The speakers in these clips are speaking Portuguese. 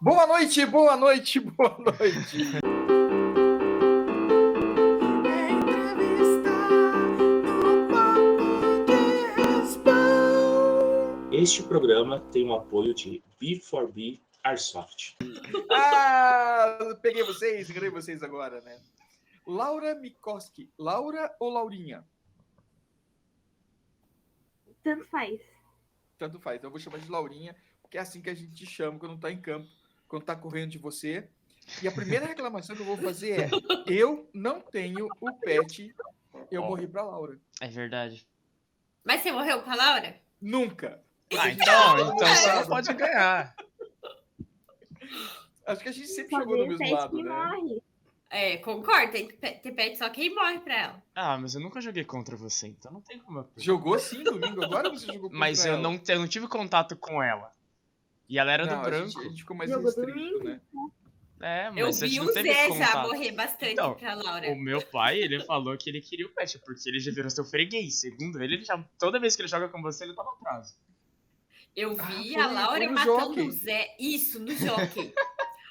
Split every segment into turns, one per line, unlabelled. Boa noite, boa noite, boa noite.
Este programa tem o apoio de B4B Airsoft.
Ah, peguei vocês, enganei vocês agora, né? Laura Mikoski, Laura ou Laurinha?
Tanto faz.
Tanto faz, então eu vou chamar de Laurinha, porque é assim que a gente te chama quando tá em campo, quando tá correndo de você. E a primeira reclamação que eu vou fazer é: eu não tenho o pet, eu
Ó.
morri pra Laura.
É verdade.
Mas você morreu com a Laura?
Nunca.
Ah, então, então você não pode ganhar.
Acho que a gente sempre
Fazer
jogou do
o
mesmo
teste
lado,
que
né?
morre.
É, concordo. Tem que pe- ter pet só quem morre pra ela.
Ah, mas eu nunca joguei contra você, então não tem como eu...
Jogou sim domingo, agora você jogou contra
Mas eu
ela?
não, eu não tive contato com ela. E ela era
Não,
do
a gente-
branco.
A gente, ficou mais
Jogou
restrito,
domingo.
né?
É,
Eu
mas a
vi
gente
o
não teve
Zé já
contato.
morrer bastante
Então,
pra Laura.
O meu pai, ele falou que ele queria o pet, porque ele já virou seu freguês. Segundo ele, ele já, toda vez que ele joga com você, ele toma atraso.
Eu vi
Ah,
a
foi-
Laura
foi no
matando
jockey.
o Zé. Isso, no jockey.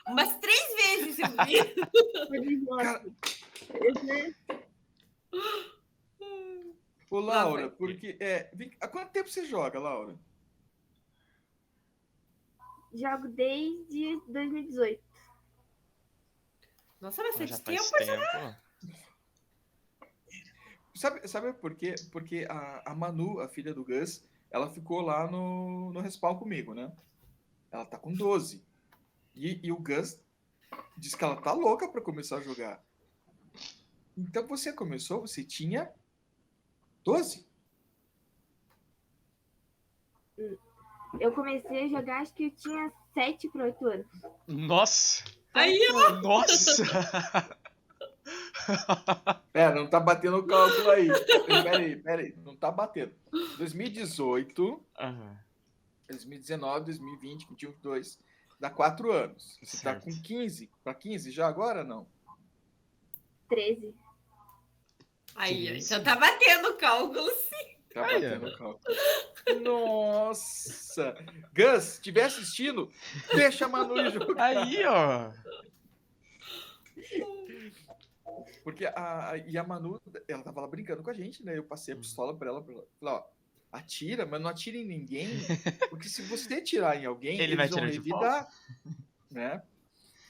Umas três vezes eu vi.
Foi de volta.
Cara-
Eu-
Ô,
Lá
Laura,
vai.
porque. É, vem- há quanto tempo você joga, Laura?
Jogo desde 2018.
Nossa, bastante
Já
tempo.
faz tempo.
Sabe, sabe por quê? Porque a, a Manu, a filha do Gus, ela ficou lá no, no respawn comigo, né? Ela tá com 12. E, e o Gus diz que ela tá louca pra começar a jogar. Então você começou, você tinha 12?
Eu comecei a jogar, acho que eu tinha 7 para 8 anos.
Nossa!
Aí,
Nossa!
Pera, não tá batendo o cálculo aí. Pera aí, pera aí. Não tá batendo. 2018,
Aham.
2019, 2020, 21, 22. Dá 4 anos. Você tá
Certo.
com 15? Pra 15 já agora não?
13.
aí,
Que
ó,
isso?
então tá batendo cálculos.
Tá
Ai, é.
batendo
Ana.
o cálculo. Nossa! Gus, se estiver assistindo, deixa a Manu jogar.
Aí, ó!
Porque a, a- e a Manu, ela tava lá brincando com a gente, né? Eu passei
Hum.
a pistola pra ela, pra ela falar, ó, atira, mas não atira em ninguém, porque se você tirar em alguém,
Ele
eles
vai
vão
atirar de
revidar, né?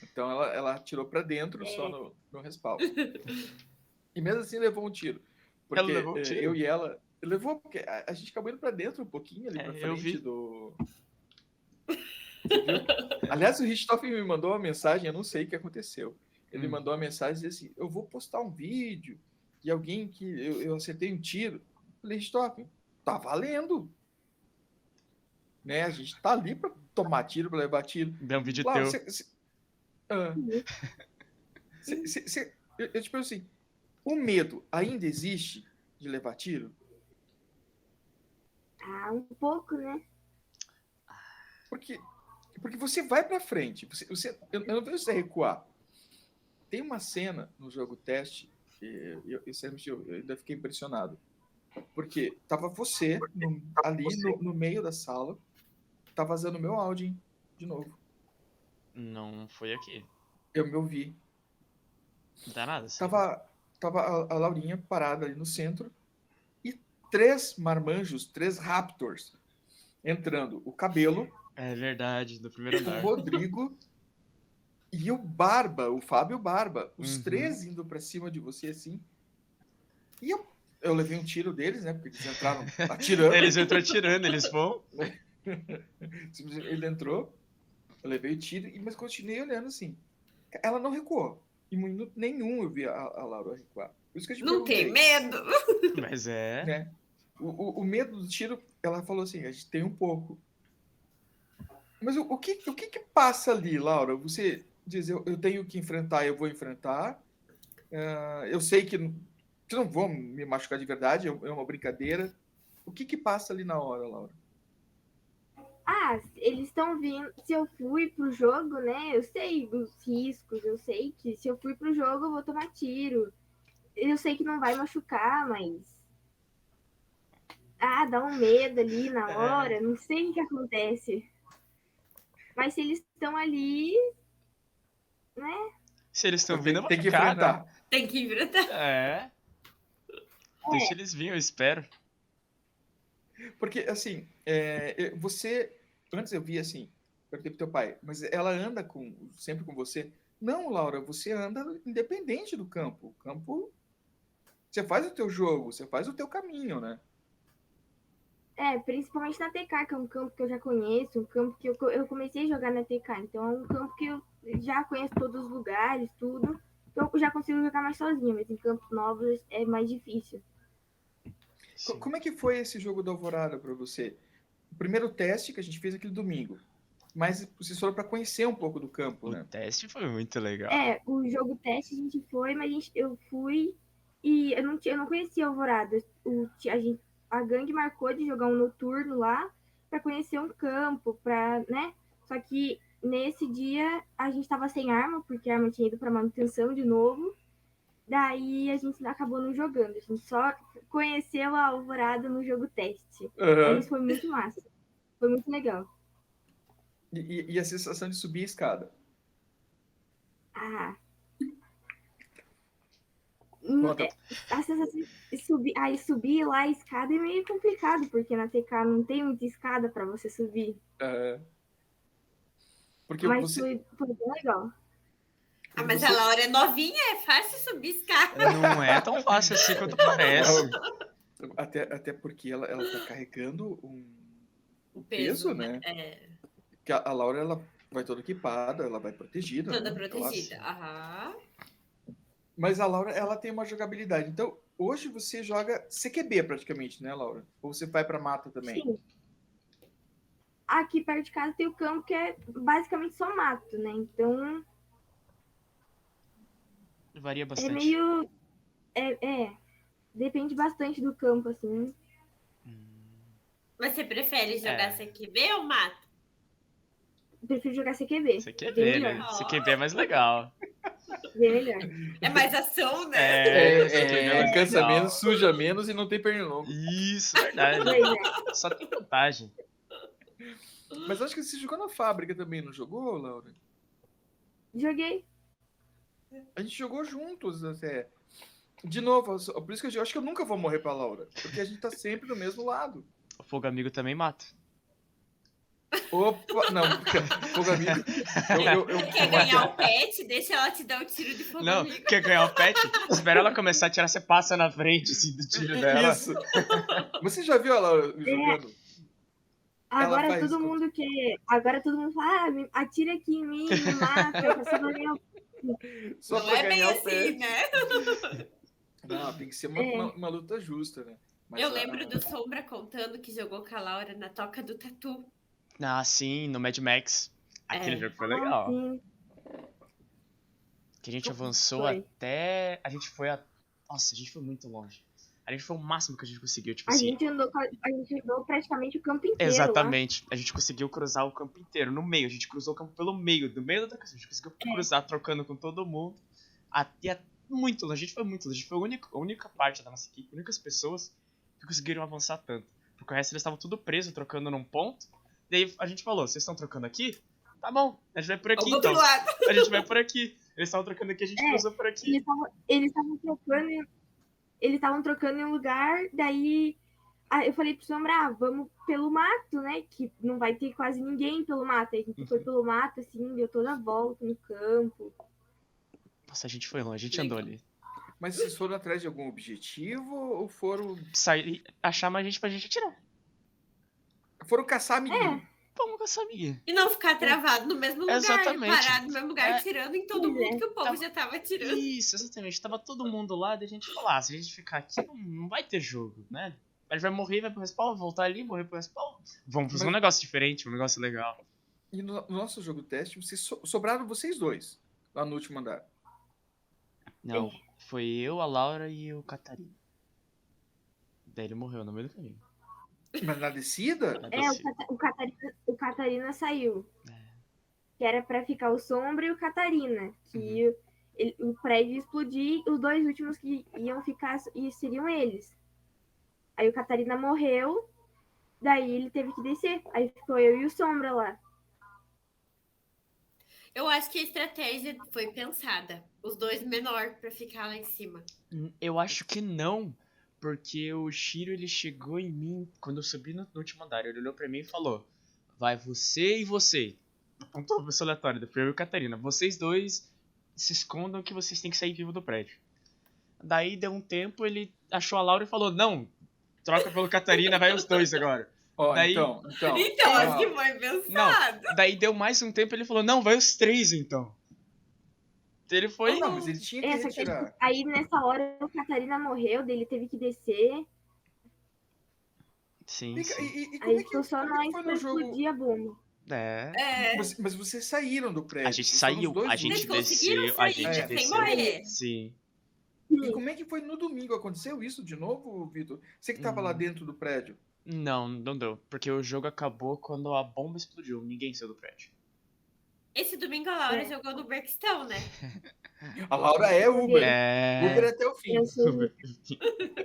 Então ela, ela atirou pra dentro, só no, no respaldo. E mesmo assim levou um tiro. Porque
Ela levou um
eh,
tiro?
eu e ela... Levou, porque a, a gente acabou indo pra dentro um pouquinho ali
É,
pra
eu
frente
vi.
do... Você viu? Aliás, o Richthofen me mandou uma mensagem, eu não sei o que aconteceu. Ele
Hum.
mandou uma mensagem e disse assim: Eu vou postar um vídeo de alguém que eu, eu acertei um tiro. Eu Falei, stop, tá valendo. Né? A gente tá ali pra tomar tiro, pra levar tiro.
Deu um vídeo
Lá,
teu.
cê- cê- Ah. Cê- cê- cê- eu, eu te pergunto assim: o medo ainda existe de levar tiro?
Ah, um pouco, né?
Porque, porque você vai pra frente. Você, você- eu, eu não vejo você recuar. Tem uma cena no jogo teste, que eu, eu, sinceramente, eu- eu ainda fiquei impressionado. Porque tava você no- ali no, no meio da sala, tá vazando meu áudio, hein? De novo.
Não foi aqui.
Eu me ouvi.
Não dá nada. assim.
Tava, tava a, a Laurinha parada ali no centro e três marmanjos, três raptors, entrando. O cabelo,
É verdade, do primeiro
o
andar.
Rodrigo e o Barba, o Fábio Barba. Os
Uhum.
três indo pra cima de você assim. E eu, eu levei um tiro deles, né? Porque eles entraram atirando.
Eles entram atirando, eles vão.
Ele entrou, eu levei o tiro, e- mas continuei olhando assim. Ela não recuou. Em minuto nenhum eu vi a, a Laura recuar. Por isso que eu te
Não
perguntei,
tem medo.
Mas é.
né? O, o- o medo do tiro, ela falou assim, a gente tem um pouco. Mas o, o que, o que que passa ali, Laura? Você diz, eu, eu tenho que enfrentar, eu vou enfrentar. Ah, eu sei que n- que não vou me machucar de verdade, é um- é uma brincadeira. O que que passa ali na hora, Laura?
Ah, eles estão vindo. Se eu fui pro jogo, né? Eu sei dos riscos, eu sei que se eu fui pro jogo eu vou tomar tiro. Eu sei que não vai machucar, mas. Ah, dá um medo ali na
É.
hora, não sei o que acontece. Mas se eles estão ali,
Se eles estão
Tem,
vindo, eu vou
tem que
ficar,
enfrentar.
né?
Tem que enfrentar.
É. Deixa eles virem, eu espero.
Porque, assim, é, eu- você. Antes eu via assim, perguntei pro teu pai, mas ela anda com, sempre com você. Não, Laura, você anda independente do campo. O campo. Você faz o teu jogo, você faz o teu caminho, né?
É, principalmente na TK, que é um campo que eu já conheço, um campo que eu, co- eu comecei a jogar na TK, então é um campo que eu já conheço todos os lugares, tudo. Então eu já consigo jogar mais sozinha, mas em campos novos é mais difícil.
Co- Como é que foi esse jogo da Alvorada para você? O primeiro teste que a gente fez aquele domingo. Mas vocês foram para conhecer um pouco do campo,
O
né?
teste foi muito legal.
É, o jogo teste a gente foi, mas a gente- eu fui e eu não, tinha- eu não conhecia Alvorada. O, ti- a, gente, a gangue marcou de jogar um noturno lá pra conhecer um campo, pra, né? Só que nesse dia a gente tava sem arma, porque a arma tinha ido pra manutenção de novo. Daí a gente acabou não jogando, a gente só conheceu a Alvorada no jogo teste. Mas Isso foi muito massa. Foi muito legal.
E, e- e a sensação de subir a escada.
Ah. Hum,
Conta.
é, A sensação de subir, aí subir lá a escada é meio complicado, porque na TK não tem muita escada pra você subir.
Aham. Porque
mas
você.
foi, foi bem legal.
Ah, mas
você-
a Laura é novinha, é fácil subir escada.
Não é tão fácil assim quanto parece.
Até, até porque ela, ela tá carregando um
O
peso, né?
É,
Que a, a Laura ela vai toda equipada, ela vai protegida. né?
toda
Ela-
protegida. Aham.
mas a Laura ela tem uma jogabilidade. Então, hoje você joga CQB praticamente, né, Laura? Ou você vai pra mata também?
Sim. Aqui perto de casa tem o campo que é basicamente só mato, né? Então
Varia
é
bastante.
meio. É, é. Depende bastante do campo, assim.
Hum,
Mas você prefere jogar
É.
CQB ou mato?
Prefiro jogar CQB.
Você quer
Bem
ver, né?
melhor.
Você quer ver é mais legal.
Bem melhor.
É mais ação, né?
É, você quer ver mais legal.
suja menos e não tem pernilongo.
Isso, verdade.
Pois é.
Só tem vantagem.
Mas acho que você jogou na fábrica também, não jogou, Laura?
Joguei.
A gente jogou juntos até. De novo, eu sou- por isso que eu digo, eu acho que eu nunca vou morrer pra Laura. Porque a gente tá sempre do mesmo lado.
O fogo amigo também mata.
Opa! Não, fogo amigo. Eu, eu, eu,
Quer ganhar o pet? Deixa ela te dar o tiro de fogo
é. Não,
amigo.
quer ganhar o pet? Espera ela começar a tirar, você passa na frente assim, do tiro dela.
Isso. Você já viu ela jogando? Ela
Agora
faz
todo
com-
mundo quer. Agora todo mundo fala, ah, me- atira aqui em mim, me mata, só pra ganhar o-"
Só
não
pra
é bem
ganhar o
assim,
pé.
né?
Não, tem que ser uma,
É.
uma- uma luta justa, né? Mas
é.
Eu
a-
lembro do Sombra contando que jogou com a Laura na toca do tatu.
Ah, sim, no Mad Max. Aquele
É.
jogo foi legal.
Assim,
Que a gente avançou
Foi.
até. A gente foi a. Nossa, a gente foi muito longe. A gente foi o máximo que a gente conseguiu, tipo
a,
assim.
gente andou, com a a gente andou praticamente o campo inteiro. né? lá.
Exatamente. A gente conseguiu cruzar o campo inteiro, no meio. A gente cruzou o campo pelo meio, do meio da trocação. A gente conseguiu
É.
cruzar trocando com todo mundo. Até muito longe. A gente foi muito longe. A gente foi a única, a única parte da nossa equipe, únicas pessoas que conseguiram avançar tanto. Porque o resto eles estavam tudo preso, trocando num ponto. Daí a gente falou: vocês estão trocando aqui? Tá bom, a gente vai por aqui
Do outro
então.
lado.
A gente vai por aqui. Eles estavam trocando aqui, a
É.
gente cruzou por aqui.
Eles estavam- Eles estavam trocando. em- Eles estavam trocando em um lugar, daí ah, eu falei pro Sombra, ah, vamos pelo mato, né? Que não vai ter quase ninguém pelo mato. Aí a gente foi
Uhum.
pelo mato, assim, deu toda a volta no campo.
Nossa, a gente foi longe, a gente
Legal.
andou ali.
Mas vocês foram atrás de algum objetivo ou foram.
Sair, achar mais gente pra gente atirar.
Foram
É.
caçar amiguinho?
Vamos com essa amiga.
E não ficar travado no mesmo lugar,
Exatamente.
parado no mesmo lugar,
É.
tirando em todo mundo que o povo
Tá-
já tava tirando.
Isso, exatamente. Tava todo mundo lá, daí a gente falou, ah, se a gente ficar aqui, não, não vai ter jogo, né? A gente vai morrer, vai pro respawn, voltar ali, morrer pro respawn. Vamos fazer um
Mas-
negócio diferente, um negócio legal.
E no no nosso jogo teste, vocês so- sobraram vocês dois lá no último andar.
Não, foi eu, a Laura e o Catarina. Daí ele morreu no meio do caminho.
Mas na descida,
Na
É, o,
descida.
Cata- o Catarina, o Catarina saiu. Que era pra ficar o Sombra e o Catarina. Que ele- o prédio ia explodir, os dois últimos que iam ficar e seriam eles. Aí o Catarina morreu, daí ele teve que descer. Aí ficou eu e o Sombra lá.
Eu acho que a estratégia foi pensada. Os dois menor pra ficar lá em cima.
Hum, Eu acho que não, porque o Shiro ele chegou em mim quando eu subi no, no último andar. Ele olhou pra mim e falou: Vai você e você. Um Apontou pra pessoa aleatória, depois eu e Catarina. Vocês dois se escondam que vocês têm que sair vivo do prédio. Daí deu um tempo, ele achou a Laura e falou: Não, troca pelo Catarina, vai os dois agora.
Ó,
Daí-
então, então.
Então,
ó,
acho que foi pensado.
Daí deu mais um tempo, ele falou: Não, vai os três então. Ele foi.
não,
um
mas ele tinha que
Essa É, que ele-
retirar.
Aí nessa hora o Catarina morreu, daí ele teve que descer.
Sim,
E,
sim.
e- e como
Aí
é que,
ficou só
como é que
nós
foi
pra
no jogo?
explodir a bomba.
É.
É.
Mas, mas vocês saíram do prédio.
A gente
vocês foram É, os
saiu,
dois
a gente
Eles
juntos.
conseguiram
desceu, a
sair né?
gente
sem
desceu.
morrer.
Sim.
E como é que foi no domingo? Aconteceu isso de novo, Vitor? Você que estava
Hum.
lá dentro do prédio.
Não, não deu. Porque o jogo acabou quando a bomba explodiu. Ninguém saiu do prédio.
Esse domingo a Laura
É.
jogou no Bergstão, né?
A Laura é Uber. Uber
É.
até o fim.
Eu sou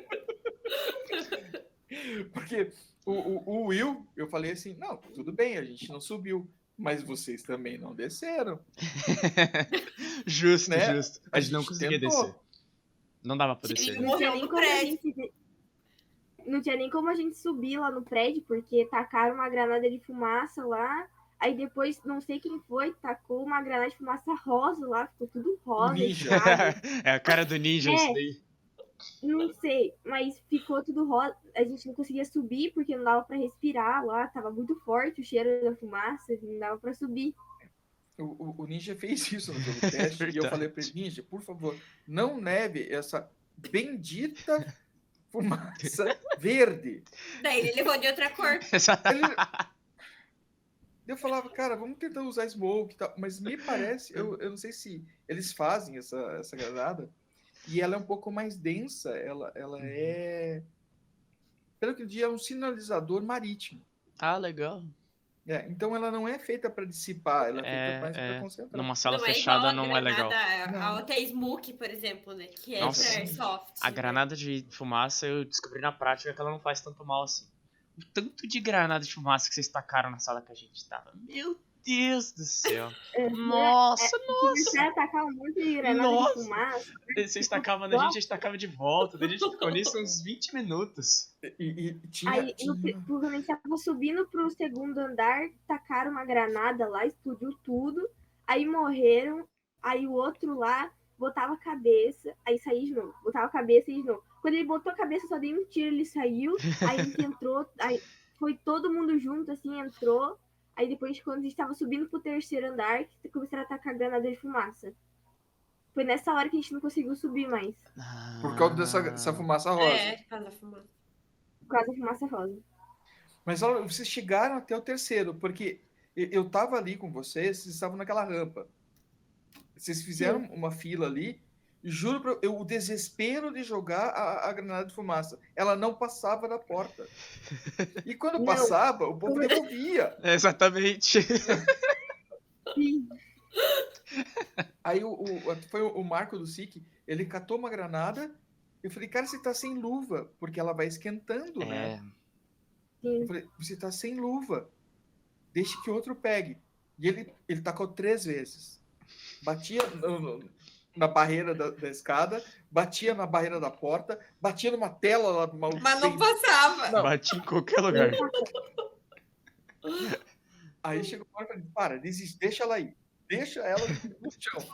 Porque o, o- o Will, eu falei assim: não, tudo bem, a gente não subiu. Mas vocês também não desceram.
Justo,
Né?
justo.
A
A gente não
gente
conseguia
tentou.
descer. Não dava pra descer.
Sim.
né?
Não tinha
Morreu
nem
no
como a
prédio.
gente- Não tinha nem como a gente subir lá no prédio, porque tacaram uma granada de fumaça lá. Aí depois, não sei quem foi, tacou uma granada de fumaça rosa lá, ficou tudo rosa.
Ninja.
sabe?
É a cara do ninja
É.
isso daí.
Não sei, mas ficou tudo rosa. A gente não conseguia subir porque não dava pra respirar lá, tava muito forte o cheiro da fumaça, não dava pra subir.
O, o- o Ninja fez isso no jogo teste. e eu
É Verdade.
falei para ele: Ninja, por favor, não neve essa bendita fumaça verde.
Daí ele levou de outra cor.
Ele- Eu falava, cara, vamos tentar usar smoke e tal. Mas me parece, eu, eu não sei se eles fazem essa, essa granada. E ela é um pouco mais densa. Ela, ela
Uhum.
é. Pelo que eu entendi, é um sinalizador marítimo.
ah, legal.
É, então ela não é feita para dissipar, ela é feita
É,
mais
é.
para concentrar.
Numa sala
não
fechada
é igual a
não é legal.
granada,
Não.
A outra é Smook, por exemplo, né? Que é
Nossa.
pra Airsoft.
A granada de fumaça eu descobri na prática que ela não faz tanto mal assim. O tanto de granada de fumaça que vocês tacaram na sala que a gente tava. Meu Deus do céu.
É,
Nossa, nossa.
Começaram a tacar um monte de granada
Nossa.
de fumaça.
Vocês tacavam na gente, a gente tacava de volta. Daí a gente ficou nisso uns 20 minutos.
E, e tinha.
Aí,
tinha-
no, quando eu tava subindo pro segundo andar, tacaram uma granada lá, explodiu tudo. Aí morreram. Aí o outro lá botava a cabeça, aí saí de novo. Botava a cabeça e de novo. Quando ele botou a cabeça, eu só dei um tiro, ele saiu. Aí ele que entrou, aí foi todo mundo junto, assim, entrou. Aí depois, quando a gente tava subindo pro terceiro andar, que começaram a tacar granada de fumaça. Foi nessa hora que a gente não conseguiu subir mais,
Ah.
Por causa dessa dessa fumaça rosa.
É, por causa da fumaça.
por causa da fumaça rosa.
Mas olha, vocês chegaram até o terceiro, porque e- eu estava ali com vocês, vocês estavam naquela rampa. Vocês fizeram uma fila ali, e juro pra eu, o desespero de jogar a, a granada de fumaça. Ela não passava da porta. E quando
Não.
passava, o povo devolvia.
É, Exatamente.
Sim,
Aí o, o- foi o Marco do SIC, ele catou uma granada, eu falei, cara, você tá sem luva, porque ela vai esquentando, né?
É,
Eu
sim.
falei, você tá sem luva. Deixe que outro pegue. E ele, ele tacou três vezes. Batia no- no- na barreira da, da escada, batia na barreira da porta, batia numa tela lá do maluco.
Mas não
sem-
passava.
Não. É
bati em qualquer lugar.
Aí chegou uma hora e falei, para, desiste, deixa ela aí. Deixa ela no chão.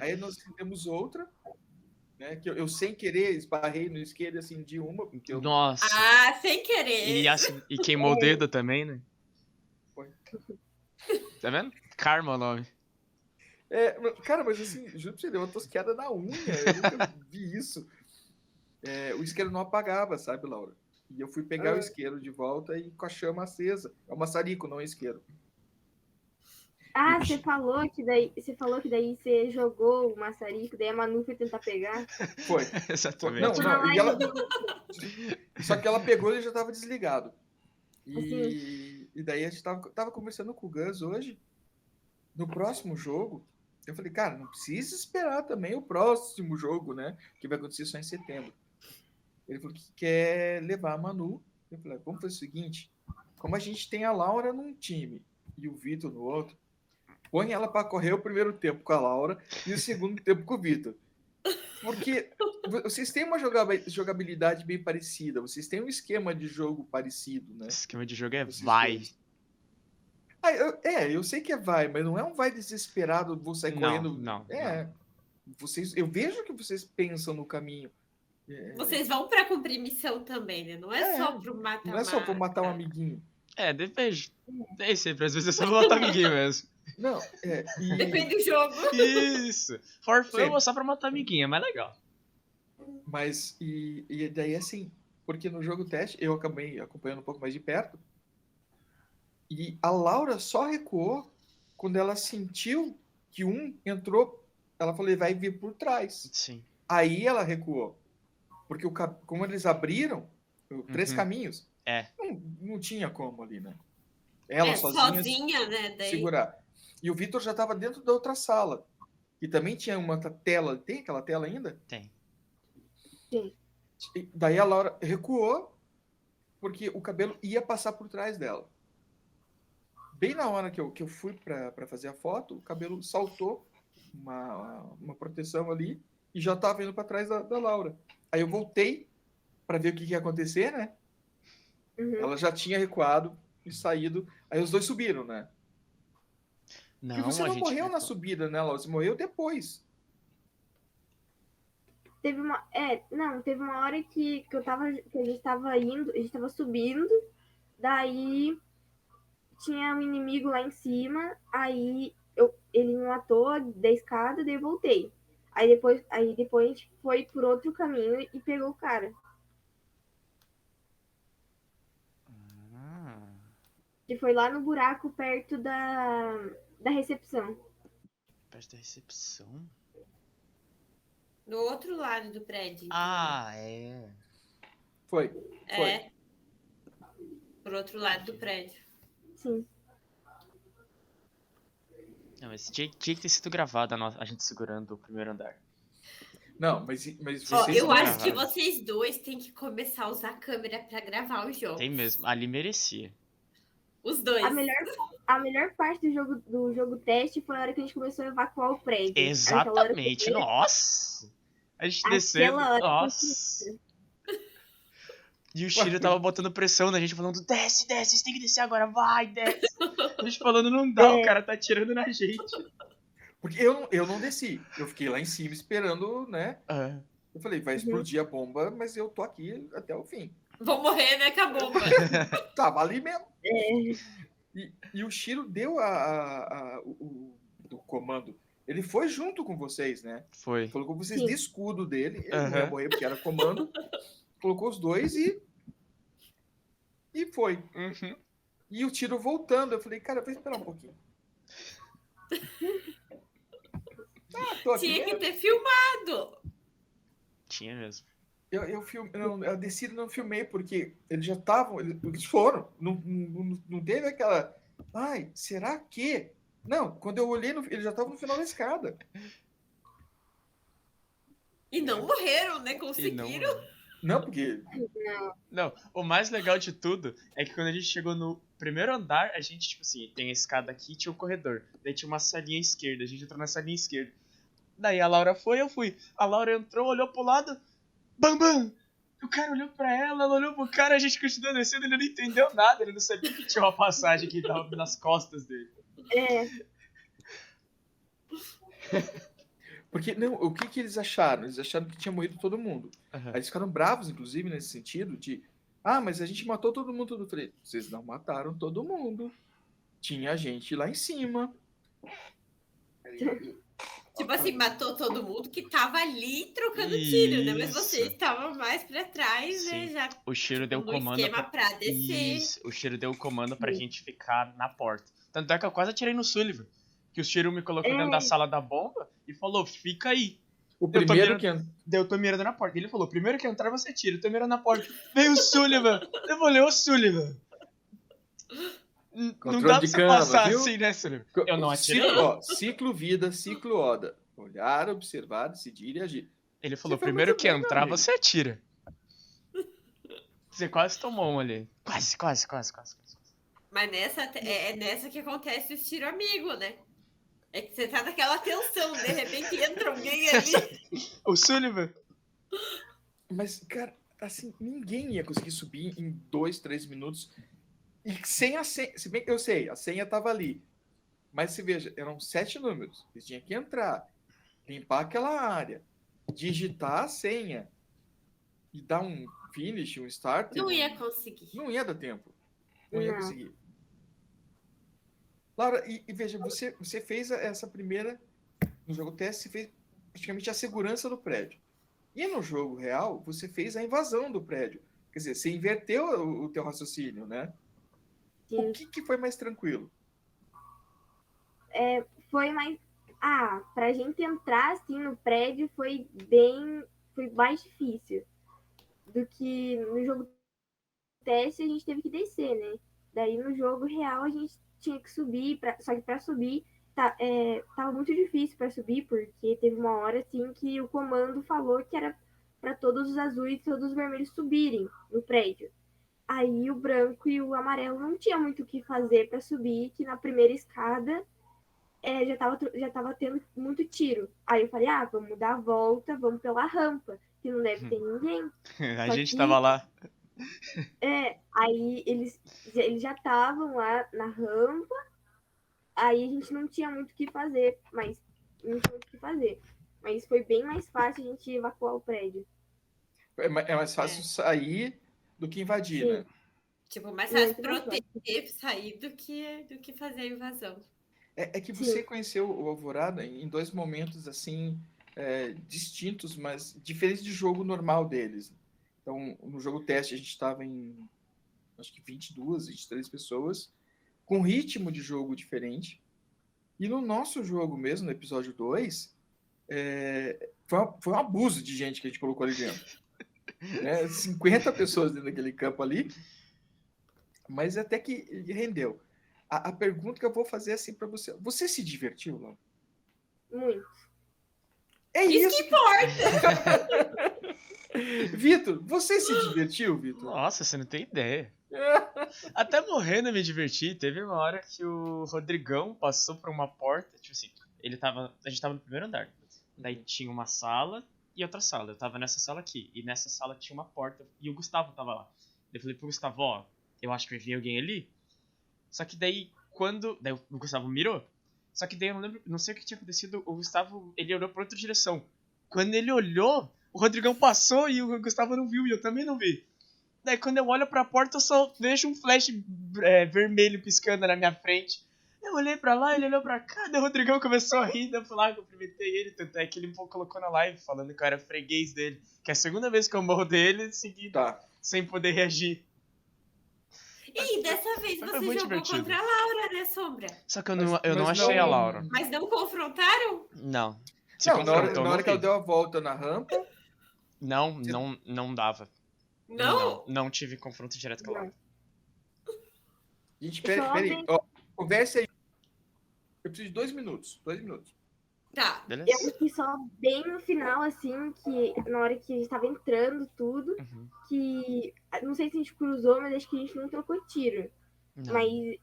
Aí nós temos outra, né? Que eu, eu sem querer esbarrei no isqueiro e acendi uma, porque eu
Nossa.
Ah, sem querer.
E, assim, e queimou o dedo também, né?
Foi.
Tá vendo? Karma o nome.
É, mas- cara, mas assim, juro pra você, deu uma tosqueada na unha. Eu nunca vi isso. É, o isqueiro não apagava, sabe, Laura? E eu fui pegar o isqueiro de volta e com a chama acesa. É o maçarico, não é isqueiro.
Ah, você falou que daí, você falou que daí você jogou o maçarico, daí a Manu foi tentar pegar.
Foi. foi.
Exatamente.
Não,
Foi na
não. E ela... Só que ela pegou e ele já tava desligado. E, e daí a gente tava, tava conversando com o Gus hoje. No próximo jogo, eu falei, cara, não precisa esperar também o próximo jogo, né? Que vai acontecer só em setembro. Ele falou que quer levar a Manu. Eu falei, vamos fazer o seguinte: como a gente tem a Laura num time e o Vitor no outro, põe ela para correr o primeiro tempo com a Laura e o segundo tempo com o Vitor. Porque vo- vocês têm uma jogaba- jogabilidade bem parecida, vocês têm um esquema de jogo parecido, né?
Esse esquema de jogo é
Esses
vai.
dois. Ah, eu- é, eu sei que é vai, mas não é um vai desesperado, vou sair
Não,
correndo.
não. não.
É. Vocês, eu vejo que vocês pensam no caminho. É,
Vocês vão pra cumprir missão também, né? Não é,
É,
só pro matar
não é só pra matar um amiguinho.
É, depende. É sempre, às vezes é só pra matar amiguinho mesmo.
Não, é. e-
Depende do jogo.
Isso! For fun
Sempre.
ou só pra matar amiguinho, é mais legal.
Mas, e, e daí assim, porque no jogo teste eu acabei acompanhando um pouco mais de perto, e a Laura só recuou quando ela sentiu que um entrou, ela falou, ele vai vir por trás.
Sim.
Aí ela recuou. Porque o, ca- como eles abriram o- três
Uhum.
caminhos,
É.
não, não tinha como ali, né? Ela
é,
sozinha,
né? Daí...
segurar. E o Vitor já estava dentro da outra sala. E também tinha uma ta- tela. Tem aquela tela ainda?
Tem.
Tem.
E daí a Laura recuou, porque o cabelo ia passar por trás dela. Bem na hora que eu, que eu fui para fazer a foto, o cabelo saltou uma, uma proteção ali e já estava indo para trás da, da Laura. Aí eu voltei para ver o que que ia acontecer, né?
Uhum.
Ela já tinha recuado e saído. Aí os dois subiram, né?
Não,
Porque você
a
não
gente
morreu na
recua-
subida, né, Laura? Você morreu depois.
Teve uma. É, não, teve uma hora que, que eu tava. Que a gente tava indo, a gente tava subindo, daí tinha um inimigo lá em cima, aí eu, ele me matou da escada, daí eu voltei. Aí depois, aí depois a gente foi por outro caminho e pegou o cara.
Ah.
Que foi lá no buraco perto da, da recepção.
Perto da recepção?
Do outro lado do prédio.
Ah, é.
Foi.
é. Por outro lado do prédio.
Sim.
Não, mas tinha, tinha que ter sido gravado a, nossa- a gente segurando o primeiro andar.
Não, mas, mas
Ó,
vocês
eu
não-
acho que
gravaram.
vocês dois têm que começar a usar a câmera pra gravar o jogo.
Tem mesmo. Ali merecia.
Os dois.
A melhor, a melhor parte do jogo, do jogo teste foi a hora que a gente começou a evacuar o prédio. Aquela hora que
Exatamente.
eu-
Nossa! A gente
Aquela
descendo.
hora que eu
Nossa! E o Shiro tava botando pressão na gente, falando: desce, desce, vocês têm que descer agora, vai, desce. A gente falando: não dá,
É.
o cara tá atirando na gente.
Porque eu, eu não desci. Eu fiquei lá em cima esperando, né?
É.
Ah,
Eu falei,
Uhum.
vai explodir a bomba, mas eu tô aqui até o fim.
Vão morrer, né? Acabou.
Tava ali mesmo.
É.
E, e o Shiro deu a, a- a- o, o- o comando. Ele foi junto com vocês, né?
foi.
Colocou vocês
Sim.
de escudo dele. Ele não ia
Aham.
morrer porque era comando. Colocou os dois e. E foi.
Uhum.
E o tiro voltando. Eu falei, cara, vou esperar um pouquinho. Ah, tô aqui.
Tinha que ter filmado.
Tinha mesmo.
Eu, eu, film... não, eu desci e não filmei, porque eles já estavam, eles eles foram. Não, não, não teve aquela. Ai, será que? Não, quando eu olhei, no- eles já estavam no final da escada.
E não morreram, né?
É. E não-
Conseguiram.
Não, porque.
Não, o mais legal de tudo é que quando a gente chegou no primeiro andar, a gente, tipo assim, tem a escada aqui e tinha um corredor. Daí tinha uma salinha à esquerda, a gente entrou na salinha à esquerda. Daí a Laura foi, eu fui. A Laura entrou, olhou pro lado, bam, bam! O cara olhou pra ela, ela olhou pro cara, a gente continuou descendo, ele não entendeu nada, ele não sabia que tinha uma passagem que dava nas costas dele.
É.
Porque, não, o que, que eles acharam? Eles acharam que tinha morrido todo mundo.
Aham.
Aí eles ficaram bravos, inclusive, nesse sentido, de. Ah, mas a gente matou todo mundo. Todo... mundo." Eu Falei, vocês não mataram todo mundo. Tinha gente lá em cima.
Tipo assim, matou todo mundo que tava ali trocando tiro, né? Mas
Isso.
vocês estavam mais pra trás, né?
Sim.
Já
O cheiro deu
no
comando
esquema
pra...
pra descer.
Isso, o cheiro deu o comando pra gente ficar na porta. Tanto é que eu quase atirei no Sullivan. Que o Shiro me colocou dentro da sala da bomba e falou, fica aí.
O
tô
primeiro
mirando-
que
Daí eu tô mirando na porta. Ele falou, primeiro que entrar você tira, eu tô mirando na porta. Veio o Sullivan. Eu falei, ô Sullivan. N- Não
Controle
dá pra
de
você
câmera,
passar
viu?
assim, né, Sullivan?
Co-
Eu não atirei.
Ciclo, ó, ciclo vida, ciclo oda. Olhar, observar, decidir e agir.
Ele falou,
foi
primeiro
muito
que
bem, meu
entrar
amigo.
você atira. Você quase tomou um ali. Quase, quase, quase, quase. quase.
Mas nessa, é, é nessa que acontece os tiro amigo, né? É que você tá naquela tensão, de repente entra alguém ali.
O Sullivan.
Mas, cara, assim, ninguém ia conseguir subir em dois, três minutos. E sem a senha. Se bem que eu sei, a senha tava ali. Mas se veja, eram sete números. Eles tinham que entrar, limpar aquela área, digitar a senha e dar um finish, um start.
Não ia conseguir.
Não ia dar tempo. Não ia
Não.
conseguir. Laura, e, e veja, você, você fez a- essa primeira. No jogo teste, você fez praticamente a segurança do prédio. E no jogo real, você fez a invasão do prédio. Quer dizer, você inverteu o, o teu raciocínio, né? O
Sim.
que, que foi mais tranquilo?
foi mais. Ah, pra gente entrar assim no prédio foi bem. Foi mais difícil. Do que no jogo teste a gente teve que descer, né? Daí no jogo real a gente tinha que subir, pra- só que pra subir tá, é, tava muito difícil pra subir, porque teve uma hora assim que o comando falou que era pra todos os azuis e todos os vermelhos subirem no prédio. Aí o branco e o amarelo não tinha muito o que fazer pra subir, que na primeira escada é, já, tava, tro- já tava tendo muito tiro. Aí eu falei, ah, vamos dar a volta, vamos pela rampa, que não deve ter ninguém.
A
Só
gente
que-
tava lá.
É, aí eles, já- eles já estavam lá na rampa, aí a gente não tinha muito o que fazer, mas não tinha muito o que fazer. Mas foi bem mais fácil a gente evacuar o prédio.
É ma- é mais fácil
É.
sair do que invadir,
Sim.
né?
Tipo, mais
Muito
fácil
mais
proteger, sair do que, do que fazer a invasão.
É, é que
Sim.
você conheceu o Alvorada em em dois momentos assim é, distintos, mas diferentes do jogo normal deles. Então, no jogo teste, a gente estava em acho que 22, 23 pessoas, com ritmo de jogo diferente. E no nosso jogo mesmo, no episódio 2, é, foi, um- foi um abuso de gente que a gente colocou ali dentro. né? 50 pessoas dentro daquele campo ali, mas até que rendeu. A, a pergunta que eu vou fazer é assim para você: você se divertiu, Laura?
Muito.
É
Isso
isso. Vitor, você se divertiu, Vitor?
Nossa, você não tem ideia. Até morrendo eu me diverti. Teve uma hora que o Rodrigão passou por uma porta. Tipo assim, ele tava. A gente tava no primeiro andar. Daí tinha uma sala e outra sala. Eu tava nessa sala aqui. E nessa sala tinha uma porta. E o Gustavo tava lá. Eu falei pro Gustavo, ó, eu acho que vai vir alguém ali. Só que daí, quando. Daí o Gustavo mirou. Só que daí eu não lembro. Não sei o que tinha acontecido. O Gustavo, ele olhou pra outra direção. Quando ele olhou, o Rodrigão passou e o Gustavo não viu. E eu também não vi. Daí quando eu olho pra porta, eu só vejo um flash é, vermelho piscando na minha frente. Eu olhei pra lá, ele olhou pra cá, daí o Rodrigão começou a rir, daí eu fui lá, cumprimentei ele, tanto é que ele colocou na live falando que eu era freguês dele, que é a segunda vez que eu morro dele, seguido,
Tá.
sem poder reagir.
E dessa vez você
Foi
jogou
é muito divertido.
contra a Laura, né, Sombra?
Só que eu
Mas-
não, eu não
mas
achei a
não-
Laura.
Mas não confrontaram?
Não. Se
Não, na hora,
confrontou,
na hora que
não,
ela deu a volta na rampa,
não,
Você-
não, não dava.
Não?
não? Não tive confronto direto com a Laura.
a gente pera,
Jovem.
pera aí. Ó, conversa aí. Eu preciso de dois minutos. Dois minutos.
Tá.
Beleza?
Eu fui só bem no final, assim, que na hora que a gente tava entrando tudo,
Uhum.
que. Não sei se a gente cruzou, mas acho que a gente não trocou tiro.
Não.
Mas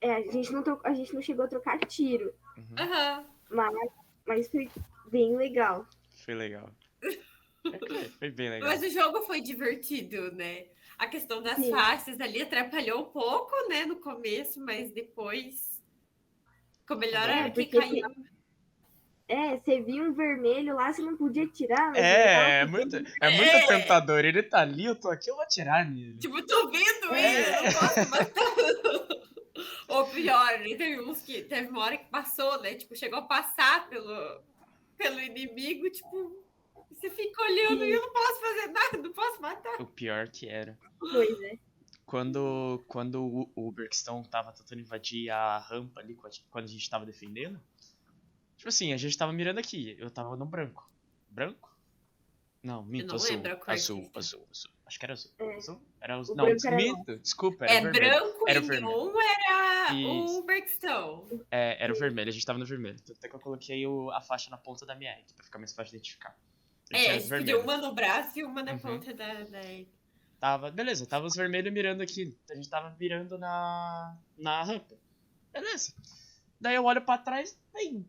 é, a, gente não trocou- a gente não chegou a trocar tiro,
Uhum.
Aham.
mas foi bem legal.
Foi legal. Ok, Foi bem legal.
Mas o jogo foi divertido, né? A questão das
Sim.
faces ali atrapalhou um pouco, né, no começo, mas depois ficou melhor a
É,
hora que
porque
caiu.
É, você via um vermelho lá, você não podia tirar, mas
É, é
ele tava-
muito, é muito tentador. Ele tá ali, eu tô aqui, eu vou atirar nele.
Tipo, tô vendo ele,
É.
eu não posso matar. Ou pior, né? Teve uns que teve uma hora que passou, né? Tipo, chegou a passar pelo, pelo inimigo, tipo, você fica olhando e eu não posso fazer nada, não posso matar.
O pior que era.
Pois é.
Quando, quando o- o Bergstone tava tentando invadir a rampa ali, quando a gente- quando a gente tava defendendo, tipo assim, a gente tava mirando aqui, eu tava no branco. Branco? Não, minto,
não
azul,
lembro a cor
azul,
que-
azul, azul. Acho que era azul.
É.
Azul? Era azul.
O
Não,
branco era
minto, desculpa, era
é
vermelho.
branco
Era
e
vermelho.
não era
Isso.
o Bergstone.
É, era o vermelho, a gente tava no vermelho. Tanto é que eu coloquei o- a faixa na ponta da minha egg, pra ficar mais fácil de identificar. A gente
É,
era
eles pediam
vermelho.
uma no braço e uma na
Uhum.
ponta da, da... Ele
Tava, beleza, tava os vermelhos mirando aqui. A gente tava mirando na, na rampa. Beleza. Daí eu olho pra trás, tem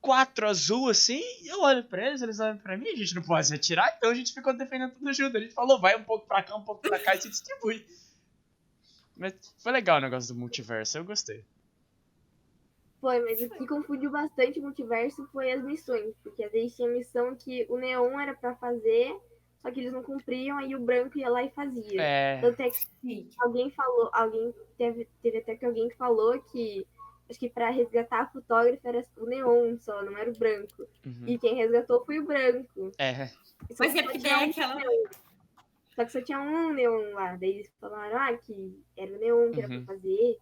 quatro azul assim, e eu olho pra eles, eles olham pra mim, a gente não pode se atirar, então a gente ficou defendendo tudo junto. A gente falou, vai um pouco pra cá, um pouco pra cá e se distribui. Mas foi legal o negócio do multiverso, eu gostei.
Foi, mas o que confundiu bastante o multiverso foi as missões, porque às vezes tinha missão que o Neon era pra fazer, só que eles não cumpriam, aí o branco ia lá e fazia.
É.
Tanto é que alguém falou, alguém teve, teve até que alguém que falou que acho que pra resgatar a fotógrafa era o neon só, não era o branco.
uhum.
E quem resgatou foi o branco.
É.
Só
Mas
que só
é porque
tinha
daí
um-
aquela.
Só que só tinha um neon lá. Daí eles falaram, ah, que era o neon que era
Uhum.
pra fazer.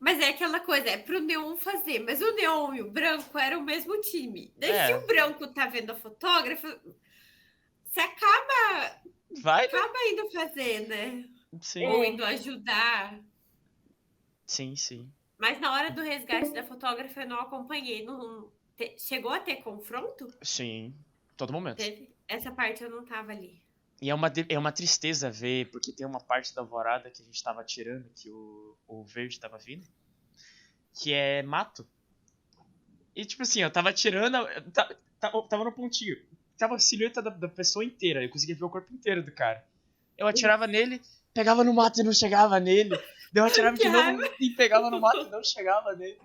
Mas é aquela coisa, é pro Neon fazer. Mas o Neon e o Branco eram o mesmo time. Daí
É.
se o Branco tá vendo a fotógrafa, você acaba,
Vai, né?
acaba indo fazer, né?
Sim,
Ou indo ajudar.
sim, sim.
Mas na hora do resgate da fotógrafa eu não acompanhei. Não... te- Chegou a ter confronto?
Sim. Todo momento.
Teve? Essa parte eu não tava ali.
E é uma, de- é uma tristeza ver, porque tem uma parte da alvorada que a gente tava tirando, que o, o verde tava vindo, que é mato. E tipo assim, eu tava atirando, eu ta- ta- eu tava no pontinho. Tava a silhueta da, da pessoa inteira, eu conseguia ver o corpo inteiro do cara. Eu atirava nele, pegava no mato e não chegava nele. Daí eu atirava de
Que
novo e pegava no mato e não chegava nele.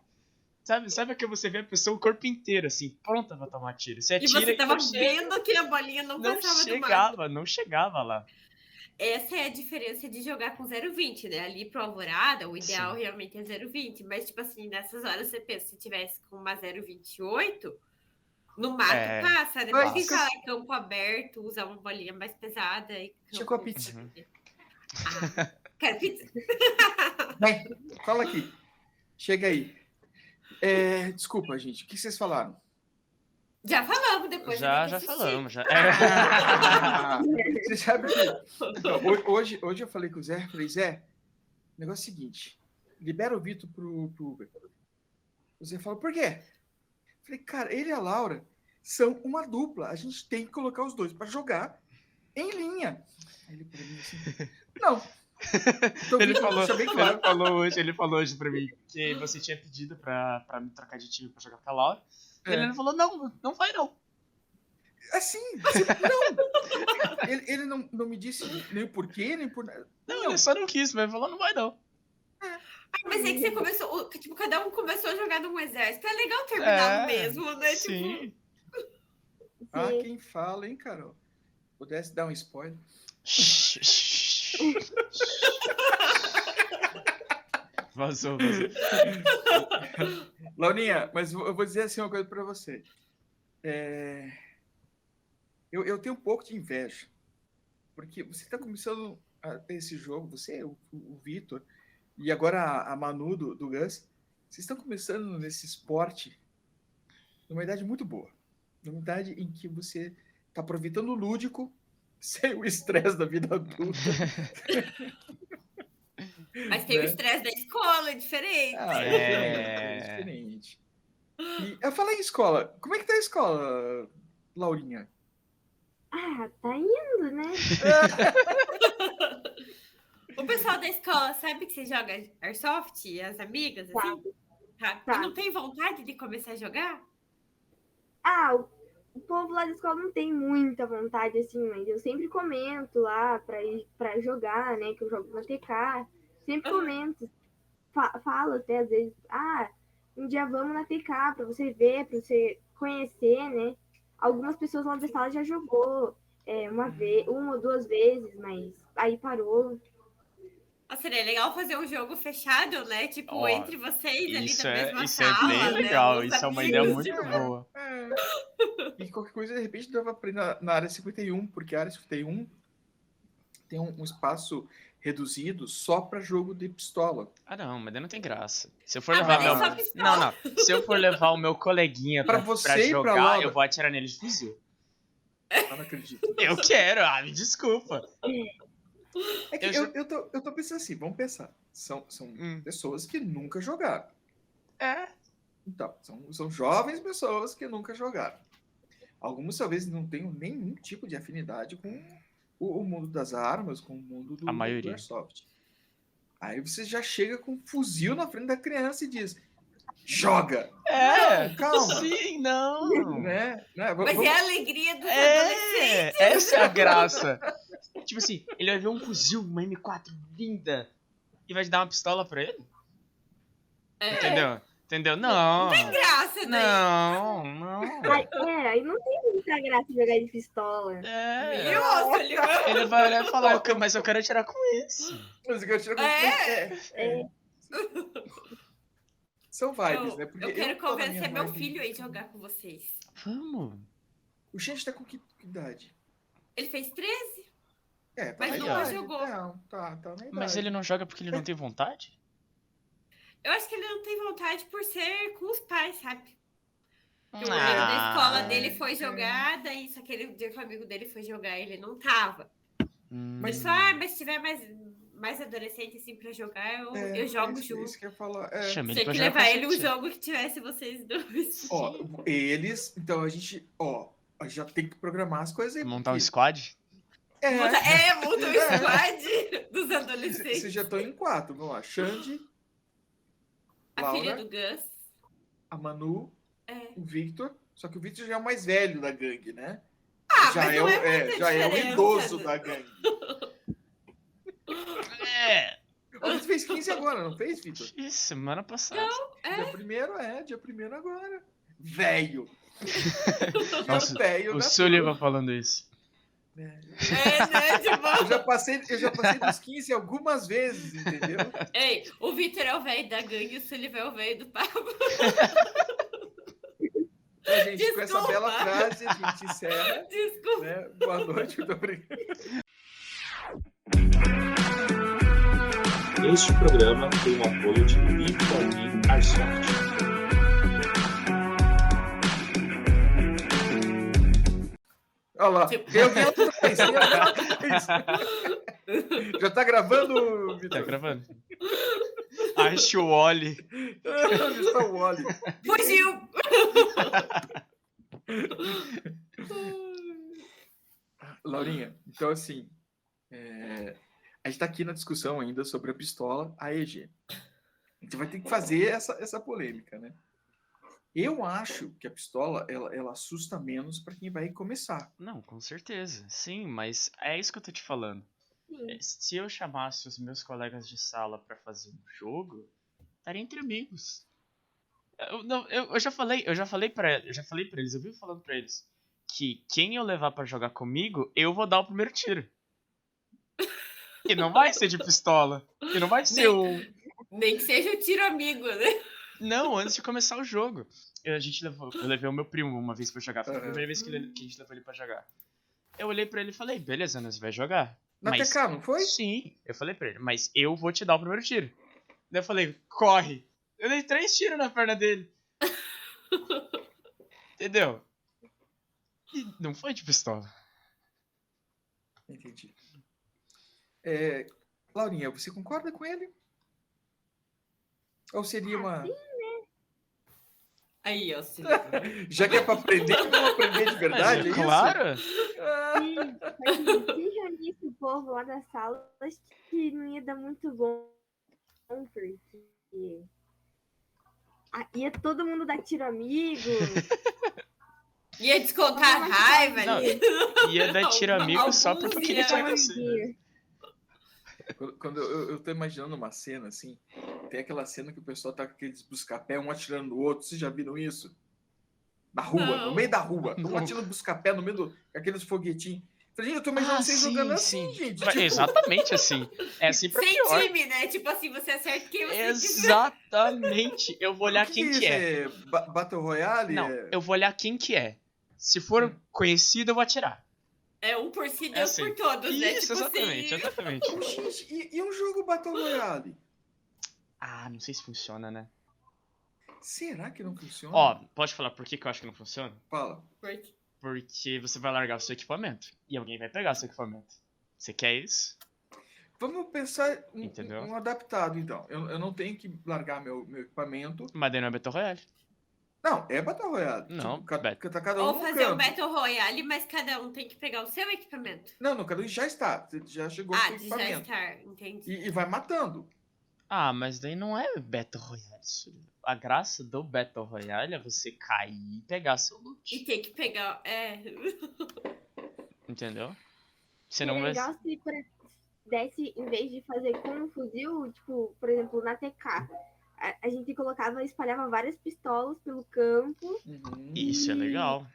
Sabe, sabe que você vê a pessoa o corpo inteiro, assim, pronta pra tomar tiro. Você
E
atira
você tava
É não chega-
vendo que a bolinha não,
não
passava do mar.
chegava, não chegava lá.
Essa é a diferença de jogar com 0,20, né? Ali pro Alvorada, o ideal
Sim.
realmente é 0,20. Mas, tipo assim, nessas horas você pensa, se tivesse com uma 0,28, no mato
É,
passa. Depois que
passa.
fala em campo aberto, usar uma bolinha mais pesada. E campo...
Chegou Tipo a pizza.
Uhum.
Ah, quero pizza.
Vai, fala aqui. Chega aí. É, desculpa, gente. O que vocês falaram?
Já falamos depois. eu
Já,
tenho
já
que
falamos, já. É.
Ah, você sabe que Não, ho- hoje, hoje eu falei com o Zé, falei, Zé, o negócio é o seguinte, libera o Vitor pro, pro Uber. O Zé falou, por quê? Eu Falei, cara, ele e a Laura são uma dupla, a gente tem que colocar os dois para jogar em linha. Aí ele pra mim assim, não. Então,
Ele
Vitor,
falou,
deixa bem claro.
ele falou hoje, ele falou hoje pra mim que você tinha pedido pra, pra me trocar de time pra jogar com a Laura.
É.
Ele falou, não, não vai não.
Assim, assim, não. Ele, ele não, não me disse nem o porquê, nem por nada.
Não, ele só não quis, mas ele falou, não vai não.
Ah, mas é que você começou, o- tipo, cada um começou a jogar num exército. É legal terminar
É,
no mesmo, né? Tipo,
Sim.
Ah,
Sim.
quem fala, hein, Carol? Pudesse dar um spoiler.
vazou, vazou.
Laurinha, mas eu vou dizer assim uma coisa para você. É, Eu, eu tenho um pouco de inveja, porque você está começando a- esse jogo, você, o, o Vitor, e agora a, a Manu do, do Gus, vocês estão começando nesse esporte numa idade muito boa. Numa idade em que você está aproveitando o lúdico sem o estresse da vida adulta.
mas tem o
né?
estresse da escola, é diferente.
Ah,
É.
é diferente. E eu falei em escola. Como é que tá a escola, Laurinha?
Ah, tá indo, né?
O pessoal da escola sabe que você joga Airsoft, as amigas, assim? Tá.
Sabe.
Não tem vontade de começar a jogar?
Ah, o, o povo lá da escola não tem muita vontade, assim, mas eu sempre comento lá pra, ir, pra jogar, né? Que eu jogo na TK. Sempre
Aham.
comento. Fa falo até às vezes, ah, um dia vamos na TK pra você ver, pra você conhecer, né? Algumas pessoas lá da sala já jogou é, uma vez, uma ou duas vezes, mas aí parou.
Ah, Seria legal fazer um jogo fechado, né? Tipo,
Ó,
entre vocês ali
Isso
da
é,
mesma
isso é
sala.
bem
né?
legal,
Os
isso é uma
amigos.
ideia muito boa.
É, E qualquer coisa, de repente, dava pra ir na, na área 51, porque a área 51 tem um, um espaço reduzido só para jogo de pistola.
Ah não, mas daí não tem graça. Se eu for
Ah,
levar
mas
aí
meu...
só pistola.
Não, não. Se eu for levar o meu coleguinha pra,
Pra
pra
você e pra
jogar,
Laura.
eu vou atirar nele de fuzil.
Eu não acredito.
Eu quero, ah, me desculpa.
É que
Eu
eu,
já-
eu, tô, eu tô pensando assim, vamos pensar. São, são
Hum.
pessoas que nunca jogaram.
É,
Então, são, são jovens pessoas que nunca jogaram. Algumas talvez não tenham nenhum tipo de afinidade com o, o mundo das armas, com o mundo do,
A maioria.
do airsoft. Aí você já chega com um fuzil na frente da criança e diz: joga!
É!
Calma!
Sim, não!
Né? Né? V-
Mas
vamos-
é a alegria do adolescente.
É, essa é a graça. tipo assim, ele vai ver um fuzil, uma M4 linda, e vai te dar uma pistola pra ele? Entendeu? Entendeu? Não.
É. Graça, né?
Não, não.
Aí- é, aí não tem muita graça jogar de pistola.
É.
Meu osso, ele-
Ele vai olhar e falar, "Eu quero- mas eu quero atirar com isso.
Mas eu tiro-
É.
É. São vibes,
Eu,
né?
eu quero
tô na minha
convencer meu
vibe.
filho aí jogar com vocês.
Vamos.
O Xande tá com que idade?
Ele fez 13?
É, tá
Mas
na
nunca
idade.
jogou.
Não, tá, tá na idade.
Mas ele não joga porque ele não tem vontade?
Eu acho que ele não tem vontade por ser com os pais, sabe? O amigo da
Ah.
escola dele foi jogar, daí só que ele, dia que o amigo dele foi jogar, ele não tava.
Hum.
Mas só, ah, mas se tiver mais, mais adolescente assim pra jogar, eu,
É,
eu jogo
isso,
junto.
Isso que eu ia falar. É.
Chama ele
Tinha
pra
que
jogar
levar
com
ele um
você.
jogo que tivesse vocês dois.
Ó, eles. Então a gente, ó, já tem que programar as coisas aí.
Montar um
porque-
squad?
Monta-
É,
É, monta o squad dos adolescentes.
vocês já estão em quatro. Vamos lá. Xande,
A filha
Laura?
do Gus.
a Manu,
É.
o Victor. Só que o Victor já é o mais velho da gangue, né?
Ah,
já
mas
é,
não
o,
é muita
já é o
diferença.
idoso da gangue.
É.
Ó, Você fez 15 agora, não fez, Victor?
Isso, semana passada.
Dia primeiro é, dia primeiro agora. Velho.
Nossa,
Meu velho né?
O
da
Sullivan falando isso.
É, né, de
Eu
boa.
já passei, eu já passei dos 15 algumas vezes, entendeu?
Ei, o Victor é o velho da gangue e o Sullivan é o velho do Pablo.
Então, gente, com essa
Desculpa.
bela frase, a gente encerra.
Desculpa.
Né? Boa noite, muito obrigado.
Este programa tem o apoio de B4B Arsoft.
Olha lá.
Tipo-
Eu vi outra vez. eu vi outra vez. Já tá gravando,
Tá
Vitor?
gravando? Acho o Oli.
Está tá o Wally.
Fugiu!
Laurinha, então assim. é, A gente tá aqui na discussão ainda sobre a pistola AEG. A gente vai ter que fazer essa, essa polêmica, né? Eu acho que a pistola ela, ela assusta menos para quem vai começar.
Não, com certeza. Sim, mas é isso que eu tô te falando.
Sim.
É, Se eu chamasse os meus colegas de sala pra fazer um jogo, estaria entre amigos. Eu, não, eu, eu já falei, eu já falei para, eu já falei para eles, eu vivo falando pra eles que quem eu levar pra jogar comigo, eu vou dar o primeiro tiro. E não vai ser de pistola. E não vai ser um
Nem que seja o tiro amigo, né?
Não, antes de começar o jogo. Eu, a gente levou, eu levei o meu primo uma vez pra jogar. Foi a
Aham.
primeira vez que, ele- que a gente levou ele pra jogar. Eu olhei pra ele e falei, beleza, nós vai jogar.
Na
Mas-
TK, não foi?
Sim. Eu falei pra ele, mas eu vou te dar o primeiro tiro. Daí eu falei, corre. Eu dei três tiros na perna dele. Entendeu? E não foi de pistola.
Entendi. É, Laurinha, você concorda com ele? Ou seria uma.
Aí, ó, Sullivan.
Já que é pra aprender, vamos aprender de verdade? é isso?
claro.
Ah,
Sim, mas se reunisse o povo lá da sala, acho que não ia dar muito bom, porque ah, ia todo mundo dar tiro amigo.
Ia descontar a raiva
Não,
ali.
Ia dar tiro amigo só
Alguns
porque
ia.
ele tinha acontecido.
Ia.
Quando, quando eu, eu tô imaginando uma cena assim, tem aquela cena que o pessoal tá com aqueles buscapé, um atirando no outro. Vocês já viram isso? Na rua,
Não.
no meio da rua. Um
Não.
atirando buscapé no meio do, com aqueles foguetinhos. Falei, gente, eu tô imaginando
Ah,
vocês
sim,
jogando
sim.
assim, gente.
Mas é
tipo,
Exatamente assim. É assim pra
Sem
pior.
time, né? Tipo assim, você acerta quem você quiser.
Exatamente. Eu vou olhar
o
quem
isso?
que é.
ba- Battle Royale?
Não,
É-
eu vou olhar quem que é. Se for conhecido, eu vou atirar.
É um por si,
É
Deus
assim.
por todos, né?
Isso,
Tipo
exatamente,
assim.
exatamente.
Ô, gente, e, e um jogo Battle Royale?
Ah, não sei se funciona, né?
Será que não funciona?
Ó, pode falar por que, que eu acho que não funciona?
Fala.
Porque-
Porque você vai largar o seu equipamento. E alguém vai pegar o seu equipamento. Você quer isso?
Vamos pensar um,
Entendeu?
um adaptado, então. Eu, eu não tenho que largar meu, meu equipamento.
Mas daí não é Battle Royale.
Não, é Battle Royale.
Não,
Tipo, ca-
bet-
tá cada um
Ou
num
fazer
canto.
um Battle Royale, mas cada um tem que pegar o seu equipamento.
Não, não, cada um já está. Você Já chegou o
Ah,
seu
de já
equipamento.
estar, entendi.
E, e vai matando.
Ah, mas daí não é Battle Royale, Surya. A graça do Battle Royale é você cair e pegar seu
E
loot.
tem que pegar. É.
Entendeu? Você
Seria
não vai.
É legal se por exemplo, desse, em vez de fazer com um fuzil, tipo, por exemplo, na TK, a, a gente colocava, espalhava várias pistolas pelo campo
Uhum.
Isso é legal.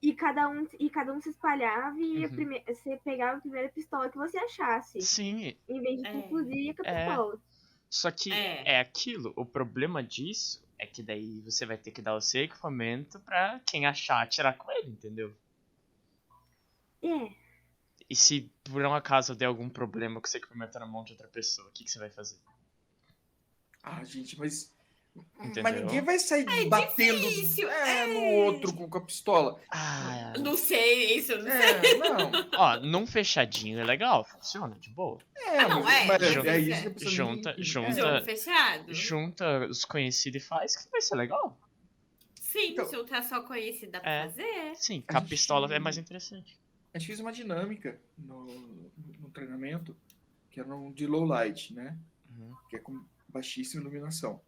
e cada um, e cada um se espalhava e a
Uhum.
prime- você pegava a primeira pistola que você achasse.
Sim,
Em vez de com
É.
um fuzil, ia com a
É.
pistola.
Só que
É.
é. aquilo. O problema disso é que daí você vai ter que dar o seu equipamento pra quem achar atirar com ele, entendeu?
É.
E se por um acaso der algum problema com o seu equipamento na mão de outra pessoa, o que, que você vai fazer?
Ah, gente, mas. Mas
Entendeu?
ninguém vai sair batendo
difícil,
é, no
é.
outro com, com a pistola.
Ah,
Não sei isso. né? Não sei.
É, não.
ó, num fechadinho é legal, funciona de boa.
É,
Ah, não,
mas,
é,
mas
junta-
é isso que eu tô pensando.
junta- junta-
Jogo fechado.
Junta os conhecidos e faz, que vai ser legal.
Sim,
Então-
se eu tá só conhecido, dá pra
É.
fazer.
Sim,
A
com a
Uhum.
gente-
pistola é mais interessante.
A gente fez uma dinâmica no, no treinamento, que era um de low light, né?
Uhum.
que é com baixíssima iluminação.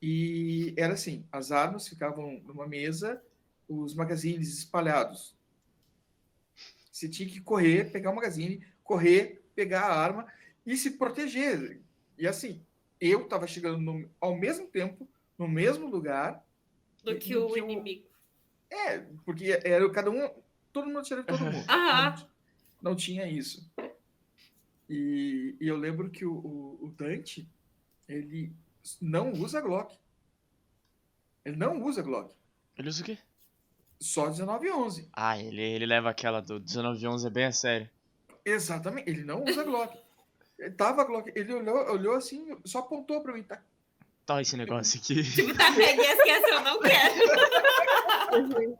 E era assim, as armas ficavam numa mesa, os magazines espalhados. Você tinha que correr, pegar o magazine, correr, pegar a arma e se proteger. E assim, eu estava chegando no- ao mesmo tempo, no mesmo lugar.
Do
E-
que o
que o-
inimigo.
É, porque era cada um, todo mundo atirava em todo mundo.
Aham.
Não tinha isso. E, e eu lembro que o, o- o Dante, ele não usa Glock. Ele não usa Glock.
Ele usa o quê?
Só 1911.
Ah, ele, ele leva aquela do 1911, é bem a sério.
Exatamente, ele não usa Glock. Ele tava Glock, ele olhou, olhou assim, só apontou pra mim, tá?
Tá esse negócio aqui.
Tipo, tá peguei as que essa eu não quero.
Uhum.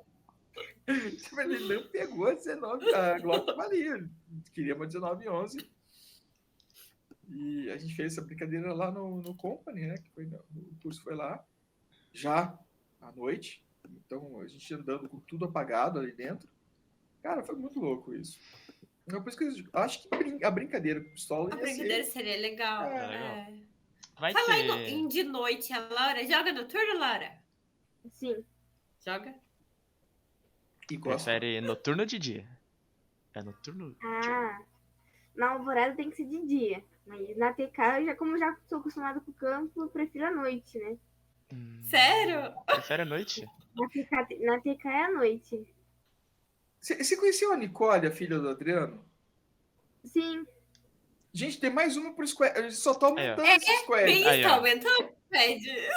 Ele não pegou a 19, a Glock tava ali, ele queria uma 1911. E a gente fez essa brincadeira lá no, no Company, né? Que foi, no- o curso foi lá, já à noite. Então a gente andando com tudo apagado ali dentro. Cara, foi muito louco isso. Então, por isso que eu digo, acho que brin- a brincadeira com pistola
A
ia
brincadeira
ser.
seria legal.
É,
É.
Vai
Fala aí no-
ter.
em de noite, a Laura. Joga noturno, Laura?
Sim.
Joga.
Hum.
E
É
gosta.
Prefere noturno ou de dia? É noturno?
Ah. Na alvorada tem que ser de dia. Mas na TK, eu já, como eu já sou acostumada com o campo, eu prefiro a noite, né?
Hum,
Sério?
Prefere a noite?
Na TK, na TK é a noite.
Você você conheceu a Nicole, a filha do Adriano?
Sim,
Gente, tem mais uma pro Square. A gente só tá aumentando
É,
esse Square.
Bem,
Aí,
isso
ó.
aumentou? Pede.
É,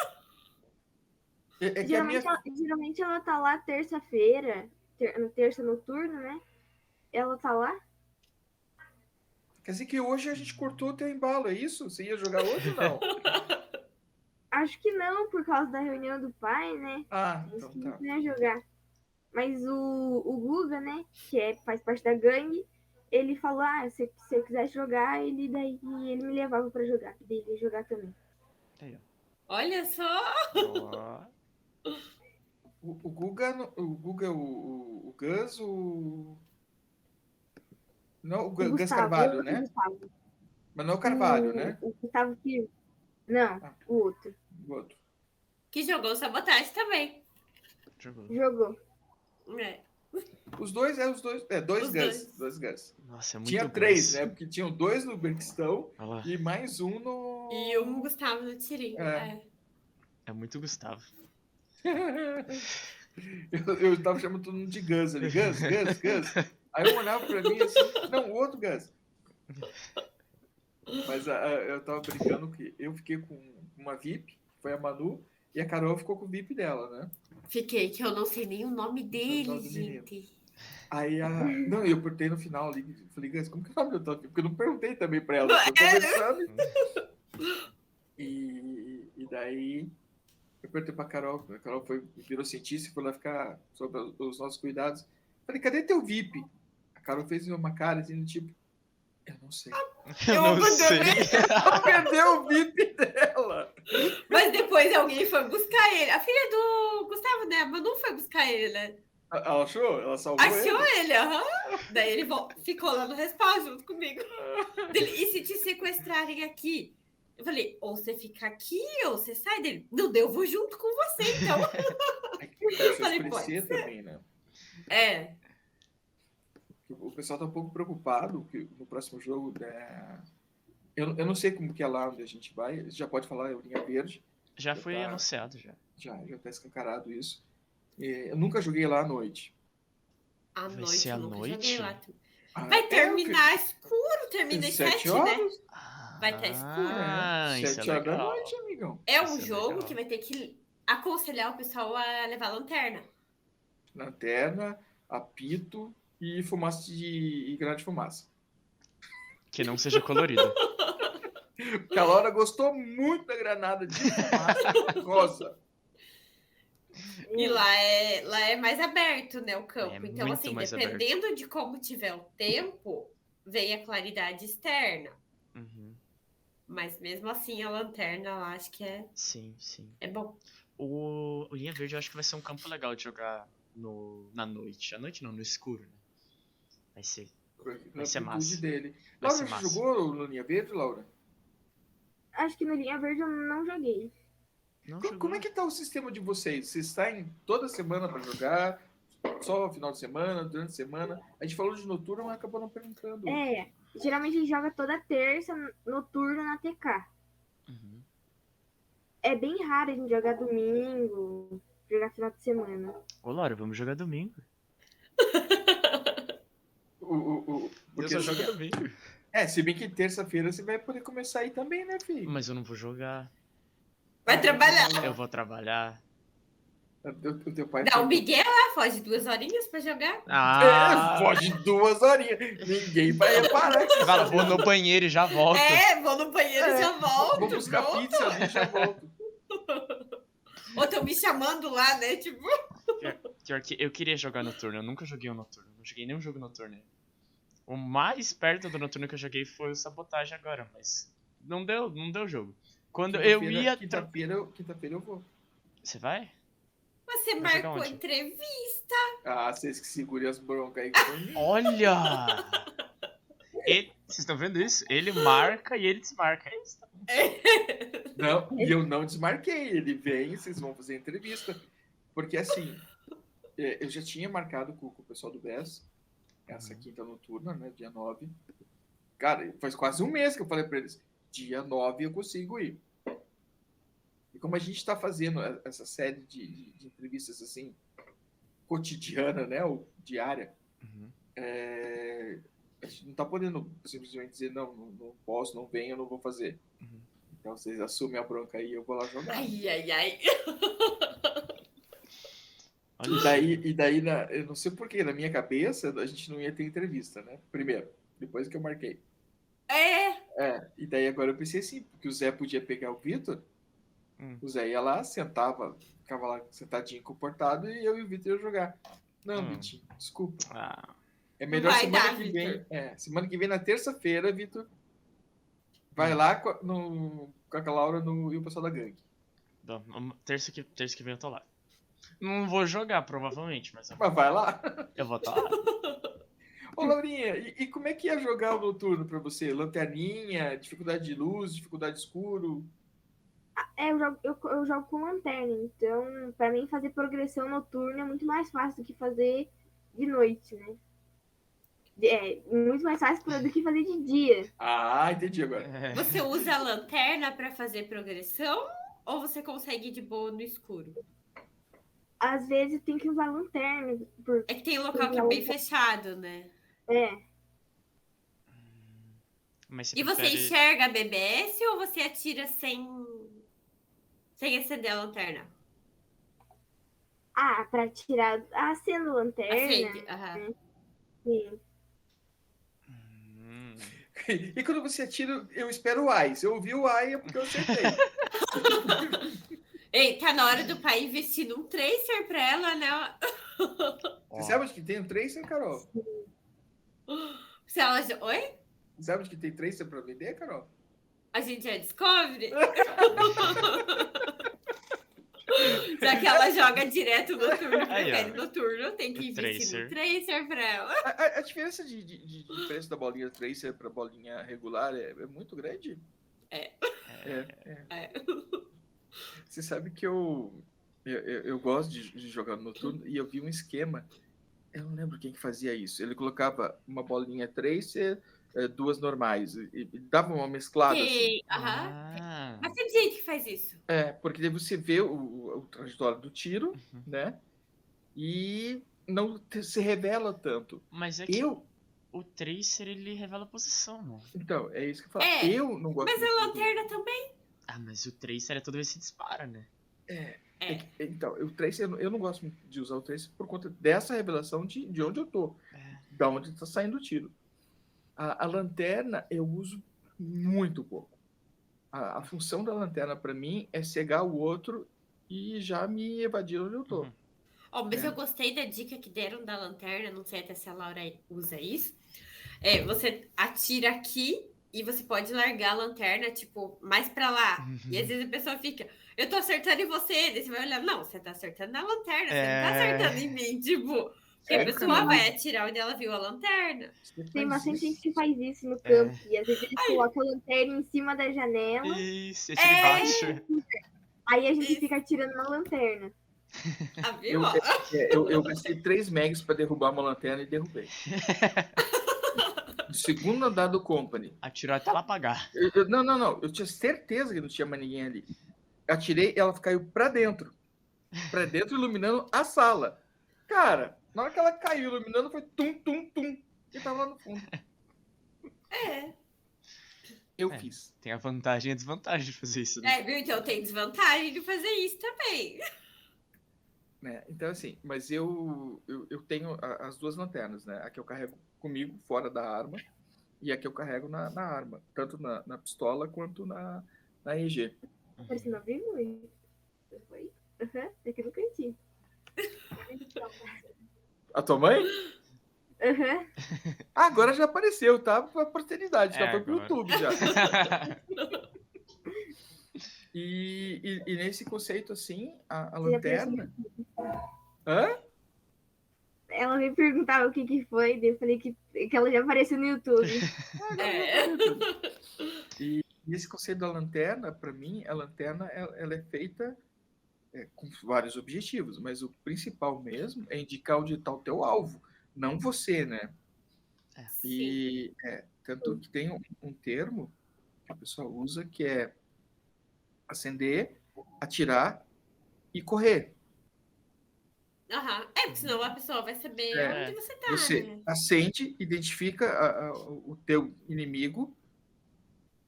é que a minha
Geralmente, ela, geralmente ela tá lá terça-feira, ter- no terça noturno, né? Ela tá lá?
Quer dizer que hoje a gente cortou o teu embalo, é isso? Você ia jogar hoje ou não?
Acho que não, por causa da reunião do pai, né?
Ah,
Acho
então
que
tá.
não ia jogar. Mas o, o Guga, né? Que é, faz parte da gangue, ele falou: ah, se, se eu quiser jogar, ele daí ele me levava pra jogar. Daí ele ia jogar também.
Olha só.
Ó.
O, o Guga, no- o Guga, é o, o, o Gus, o. Não, o Gu-
O
Gus
Gustavo,
Carvalho,
o
né?
Gustavo.
Mas não é o Carvalho,
O-
né?
O Gustavo que. Não,
Ah.
o outro.
O outro.
Que jogou sabotagem também.
Jogou.
Jogou.
É.
Os dois, é os dois. É, dois
Os
Gus. Dois Gus.
Nossa, é muito
Tinha
Gus.
três, né? Porque tinham dois no Bergstão
Olha lá,
e mais um no.
E o Gustavo no tirinho.
É.
É.
é muito Gustavo.
eu, eu tava chamando todo mundo de Gus ali. Gus, Gus, Gus. Aí um olhava pra mim assim, não, o outro Gus. Mas a- a- eu tava brincando que eu fiquei com uma VIP, foi a Manu, e a Carol ficou com o VIP dela, né?
Fiquei, que eu não sei nem o nome dele,
nome do menino.
gente.
Aí a. Não, eu perguntei no final ali, falei, Gus, como que é o nome do teu VIP? Porque eu não perguntei também pra ela, eu tô
é, né?
conversando. E, e daí eu perguntei pra Carol, a Carol foi, virou cientista e foi lá ficar sobre os nossos cuidados. Falei, cadê teu VIP? A Carol fez uma cara assim, do tipo, eu não sei.
Eu,
Eu
não
abandonei.
sei.
Ah,
Ela perdeu o VIP dela.
Mas depois alguém foi buscar ele. A filha do Gustavo, né? Mas não foi buscar ele, né?
Ela achou? Ela salvou ele?
Achou ele, aham. Daí ele vol- ficou lá no respawn junto comigo. Dele, E se te sequestrarem aqui? Eu falei, ou você fica aqui, ou você sai dele. Não deu, eu vou junto com você, então.
É que o pessoal
Falei,
se
pode
conhecer também, né?
é,
Porque O pessoal tá um pouco preocupado que no próximo jogo. né, Eu, eu não sei como que é lá onde a gente vai. Já pode falar, é o Linha Verde.
Já foi
Tá.
anunciado, já.
Já, já tá escancarado isso. É, Eu nunca joguei lá à noite.
à
Vai
noite.
ser à
eu nunca joguei
noite?
lá.
Ah, é,
Vai
o quê?
terminar escuro, termina às
Sete
sete,
horas?
né? Vai tá
ter
escuro, né?
Ah, isso
Sete
é
horas da
legal.
noite, amigão.
É
Isso
um
é
jogo
legal.
que vai ter que aconselhar o pessoal a levar lanterna.
Lanterna, apito e fumaça de e granada de fumaça.
Que não seja colorido.
Porque a Laura gostou muito da granada de fumaça rosa.
E lá é, lá é mais aberto, né, o campo.
Hum. É
então,
muito
assim,
mais
dependendo de como tiver o tempo, vem a claridade externa.
Uhum.
Mas mesmo assim, a lanterna lá, acho que é,
Sim, sim.
é bom.
O, o Linha Verde eu acho que vai ser um campo legal de jogar no, na noite. À noite não, no escuro, né? Vai ser.
Na
ser
atitude
massa.
Dele.
Vai
Laura,
ser
você
massa.
jogou no Linha Verde, Laura?
Acho que no Linha Verde eu não joguei.
Não
Co-
jogou.
Como é que tá o sistema de vocês? Vocês saem toda semana pra jogar? Só final de semana, durante a semana? A gente falou de noturno, mas acabou não perguntando.
É, geralmente a gente joga toda terça, noturno na TK.
Uhum.
É bem raro a gente jogar domingo, jogar final de semana.
Ô, Laura, vamos jogar domingo.
O, o, o, porque
eu
assim,
só jogo domingo.
É, se bem que terça-feira você vai poder começar aí também, né, filho?
Mas eu não vou jogar. É,
Vai trabalhar.
Eu vou trabalhar.
O, o teu
é
pai.
Dá um o Miguel lá, foge duas horinhas pra jogar.
É,
Ah!
foge duas horinhas. Ninguém vai reparar. que
Fala,
você-
vou no banheiro e já volto.
É, vou no banheiro e já volto.
Vou buscar
pronto.
pizza ali e já volto.
Ou estão me chamando lá, né? Tipo,
Pior que eu queria jogar noturno, eu nunca joguei o noturno, não joguei nenhum jogo noturno. O mais perto do noturno que eu joguei foi o sabotagem agora, mas não deu, não deu jogo. Quando eu
Quinta-feira-
ia. tra-
Quinta-feira eu, quinta-feira eu vou.
Você vai?
você
jogar
marcou
onde?
entrevista.
Ah, vocês que segurem as broncas aí por mim.
Olha! Ele- Vocês estão vendo isso? Ele marca e ele desmarca. É isso.
Não, e eu não desmarquei. Ele vem, vocês vão fazer entrevista. Porque assim, é, eu já tinha marcado com, com o pessoal do BES essa quinta noturna, né? Dia 9. Cara, faz quase um mês que eu falei pra eles: dia 9 eu consigo ir. E como a gente tá fazendo e- essa série de, de- de entrevistas assim, cotidiana, né? Ou diária,
Uhum.
é, a gente não tá podendo simplesmente dizer: não, não, não posso, não venho, eu não vou fazer.
Uhum.
Então vocês assumem a bronca aí, eu vou lá jogar.
Ai, ai, ai.
Olha
E
isso.
daí, e daí na- eu não sei porquê, na minha cabeça, a gente não ia ter entrevista, né? Primeiro, depois que eu marquei.
É,
É, e daí agora eu pensei assim, porque o Zé podia pegar o Vitor,
Hum.
o Zé ia lá, sentava, ficava lá sentadinho, comportado, e eu e o Vitor ia jogar. Não,
Hum.
Vitinho, desculpa.
Ah,
É melhor
vai
semana
dar,
que
Vitor.
vem. É, semana que vem, na terça-feira, Vitor,
Hum.
vai lá com a, no, com a Laura no, e o pessoal da gangue.
bom, um- terça que, terça que vem eu tô lá. Não vou jogar, provavelmente, mas eu,
Mas vai lá.
eu vou estar lá.
Ô, Laurinha, e, e como é que ia jogar o noturno pra você? Lanterninha, dificuldade de luz, dificuldade de escuro?
É, eu jogo, eu, eu jogo com lanterna, então pra mim fazer progressão noturna é muito mais fácil do que fazer de noite, né? É muito mais fácil pra- do que fazer de dia.
Ah, entendi agora.
É.
você usa a lanterna pra fazer progressão? Ou você consegue ir de boa no escuro?
Às vezes tem que usar lanterna, por...
É que tem local que é bem fechado, né?
é,
Mas você
E você
prefere-
enxerga a BBS ou você atira sem. sem acender a lanterna?
ah, pra tirar, ah, sendo lanterna,
Acende. aham.
sim.
Hum.
E quando você atira, eu espero o ai. Se eu ouvi o ai, é porque eu acertei.
Ei, tá na hora do pai investir num tracer pra ela, né?
você sabe onde que tem um tracer, Carol?
Se ela. já- Oi?
Você sabe onde que tem tracer pra vender, Carol?
A gente já descobre? Já que ela joga direto no turno,
Aí, ó.
prefere no turno, tem que
O
investir no tracer pra ela.
A, a- a diferença de, de- de- de preço da bolinha tracer pra bolinha regular é, é muito grande? É, é. Você sabe que eu, eu, eu- eu gosto de, de jogar no noturno e eu vi um esquema. Eu não lembro quem que fazia isso. Ele colocava uma bolinha três e eh, duas normais. E, e dava uma mesclada. Assim.
Quem? Aham.
Ah.
Mas tem gente que faz isso.
É, porque daí você vê o, o, o trajetória do tiro,
Uhum.
né? E não te- se revela tanto.
Mas é que
Eu.
o Tracer ele revela a posição, né?
Então, é isso que eu falo.
É,
eu não gosto
Mas
muito
a
do-
lanterna também.
Ah, mas o Tracer é toda vez que se dispara, né?
É que- Então, eu, trace, eu, não- eu não gosto muito de usar o trace por conta dessa revelação de, de onde eu tô,
É.
da onde tá saindo o tiro. A, a lanterna eu uso muito pouco. A, a função da lanterna para mim é cegar o outro e já me evadir onde eu tô.
Uhum.
Ó, mas
É.
eu gostei da dica que deram da lanterna, não sei até se a Laura usa isso. É, você atira aqui e você pode largar a lanterna, tipo, mais pra lá. E às vezes a pessoa fica, eu tô acertando em você, daí você vai olhar, não, você tá acertando na lanterna, você não tá
É.
acertando em mim, tipo. Porque a
É,
pessoa
cara.
vai atirar onde ela viu a lanterna.
Você
Tem
faz
bastante
isso.
gente que faz isso no campo. E às vezes eles colocam a lanterna em cima da janela.
Isso, esse
É.
de baixo.
Aí a gente
Isso.
fica atirando na lanterna.
Ah, viu?
Eu,
ó?
é, eu, eu gastei três megas para derrubar uma lanterna e derrubei. No segundo andar do company.
Atirou até ela apagar.
Eu- eu- não, não, não. Eu tinha certeza que não tinha mais ninguém ali. Atirei, ela caiu pra dentro. Pra dentro, iluminando a sala. Cara, na hora que ela caiu iluminando, foi tum, tum, tum. E tava lá no fundo.
É.
Eu
É.
fiz.
Tem a vantagem e a desvantagem de fazer isso, né?
É, viu? Então tem desvantagem de fazer isso também.
Né? Então, assim, mas eu, eu, eu tenho a- as duas lanternas, né? A que eu carrego comigo, fora da arma, e a que eu carrego na, na arma. Tanto na, na pistola quanto na, na EG.
É,
Parece não vi muito. Foi? Aham, é aqui no cantinho.
A tua mãe?
Aham.
Ah, Agora já apareceu, tá? Pra oportunidade, já
É,
foi pro
agora.
YouTube já. E, e- e nesse conceito, assim, a, a
Você já
lanterna. Hã?
Ela me perguntava o que que foi, daí eu falei que, que ela já apareceu no YouTube.
É.
Nesse conceito da lanterna, para mim, a lanterna ela, ela é feita é, com vários objetivos, mas o principal mesmo é indicar onde está o teu alvo, não você, né?
Sim.
E é, tanto que tem um, um termo que o pessoal usa que é acender, atirar e correr.
Aham. É, porque senão a pessoa vai saber
É.
onde você tá,
Você
né?
acende, identifica a- a- o teu inimigo,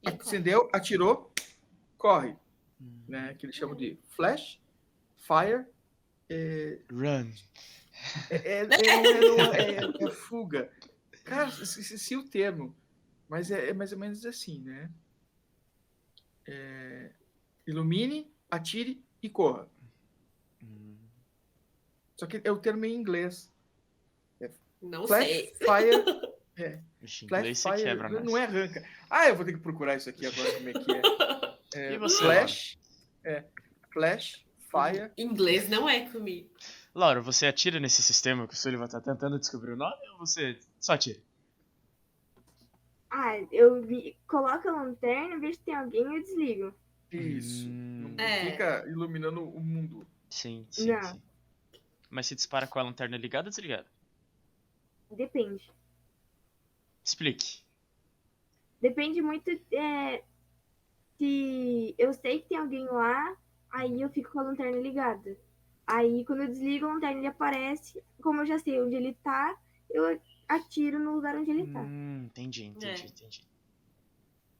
é
E corre.
acendeu, atirou, corre,
Hum.
né? Que eles chamam de flash, fire, é,
Run.
é, é, é- é- é- é fuga. Cara, esqueci o termo, mas é, é mais ou menos assim, né? É, ilumine, atire e corra.
Hum.
Só que é o termo em inglês.
Não
Flash,
sei.
fire,
Vixe,
flash,
inglês você
fire,
quebra, né?
não é arranca. Ah, eu vou ter que procurar isso aqui agora, como é que é. É,
E você,
flash, é, flash, fire.
Inglês não é comigo.
Laura, você atira nesse sistema que o Sullivan tá tentando descobrir o nome ou você só atira?
ah, eu vi, coloco a lanterna, vejo se tem alguém e eu desligo.
Isso.
Hum,
Não
É.
fica iluminando o mundo.
Sim, sim,
Não.
sim. Mas se dispara com a lanterna ligada ou desligada?
Depende.
Explique.
Depende muito é, se eu sei que tem alguém lá, aí eu fico com a lanterna ligada. Aí quando eu desligo a lanterna ele aparece, como eu já sei onde ele tá, eu atiro no lugar onde ele tá.
Hum, entendi, entendi,
É.
entendi.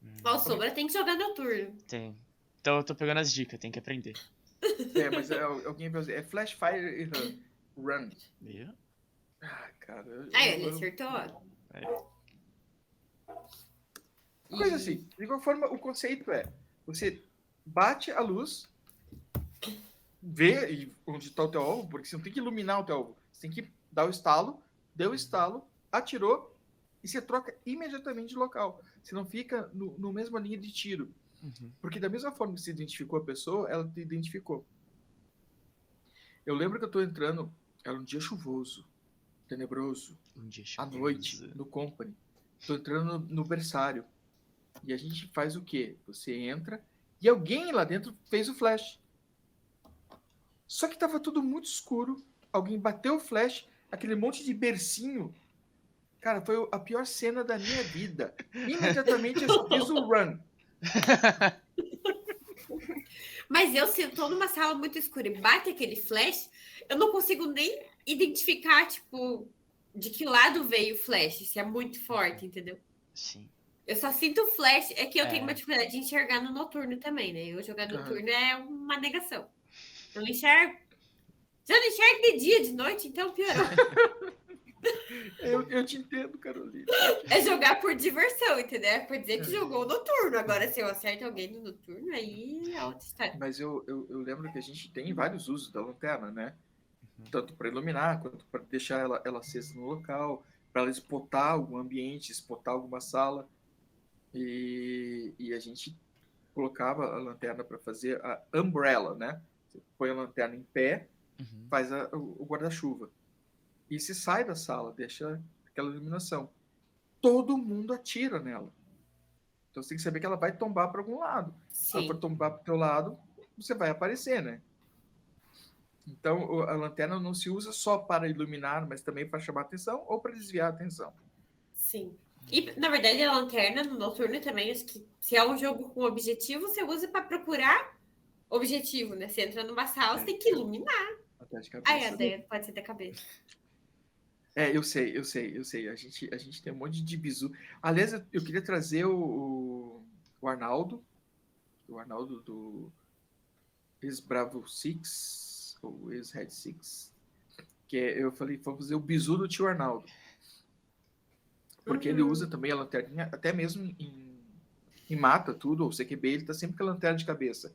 Hum,
Mal sombra tem que jogar noturno.
tem. Então eu tô pegando as dicas, tem que aprender.
É, mas é, alguém vai dizer, é flash, fire e run. Run.
Viu?
Ah, cara. eu-
Aí,
eu-
ele
eu-
acertou.
É. Coisa assim. De qualquer forma, o conceito é: você bate a luz, vê e- onde está o teu alvo, porque você não tem que iluminar o teu alvo. Você tem que dar o estalo, deu o estalo, atirou e você troca imediatamente de local. Você não fica no, no mesma linha de tiro.
Uhum.
Porque da mesma forma que você identificou a pessoa, ela te identificou. Eu lembro que eu tô entrando, era um dia chuvoso, tenebroso
Um dia
à noite
chuvoso.
no company. Tô entrando no, no berçário. E a gente faz o quê? Você entra E alguém lá dentro fez o flash. Só que tava tudo muito escuro. Alguém bateu o flash, aquele monte de bercinho. Cara, foi a pior cena da minha vida. Imediatamente eu fiz o run.
Mas eu, se eu tô numa sala muito escura e bate aquele flash, eu não consigo nem identificar, tipo, de que lado veio o flash, se é muito forte, entendeu?
Sim.
Eu só sinto flash, é que eu
É.
tenho uma dificuldade de enxergar no noturno também, né? Eu jogar
Aham.
noturno é uma negação. Eu não enxergo. Se eu não enxergo de dia, de noite, então piorou.
Eu, eu te entendo, Carolina.
É jogar por diversão, entendeu? É por dizer que jogou noturno. Agora, se eu acerto alguém no noturno, aí é outra história.
Mas eu, eu, eu lembro que a gente tem vários usos da lanterna, né? Tanto para iluminar, quanto para deixar ela, ela acesa no local, para ela espotar algum ambiente, espotar alguma sala. E, e a gente colocava a lanterna para fazer a umbrella, né? Você põe a lanterna em pé,
Uhum.
faz a- o o guarda-chuva. E se sai da sala, deixa aquela iluminação. Todo mundo atira nela. Então você tem que saber que ela vai tombar para algum lado se ela
Sim.
for tombar pro teu lado, você vai aparecer, né? Então, o- a lanterna não se usa só para iluminar, mas também para chamar atenção ou para desviar a atenção.
Sim. E, na verdade, a lanterna no noturno também, acho que se é um jogo com objetivo, você usa pra procurar objetivo, né? Você entra numa sala, você tem que iluminar.
Até de cabeça.
Ai, a ideia pode ser da cabeça.
É, eu sei, eu sei, eu sei. A gente, a gente tem um monte de bizu. Aliás, eu, eu queria trazer o, o, o Arnaldo, o Arnaldo do ex-Bravo Six, ou ex-Red Six, que é- eu falei, vamos fazer o bizu do tio Arnaldo. Porque ele
Uhum.
usa também a lanterninha, até mesmo em, em mata tudo, ou CQB, ele tá sempre com a lanterna de cabeça.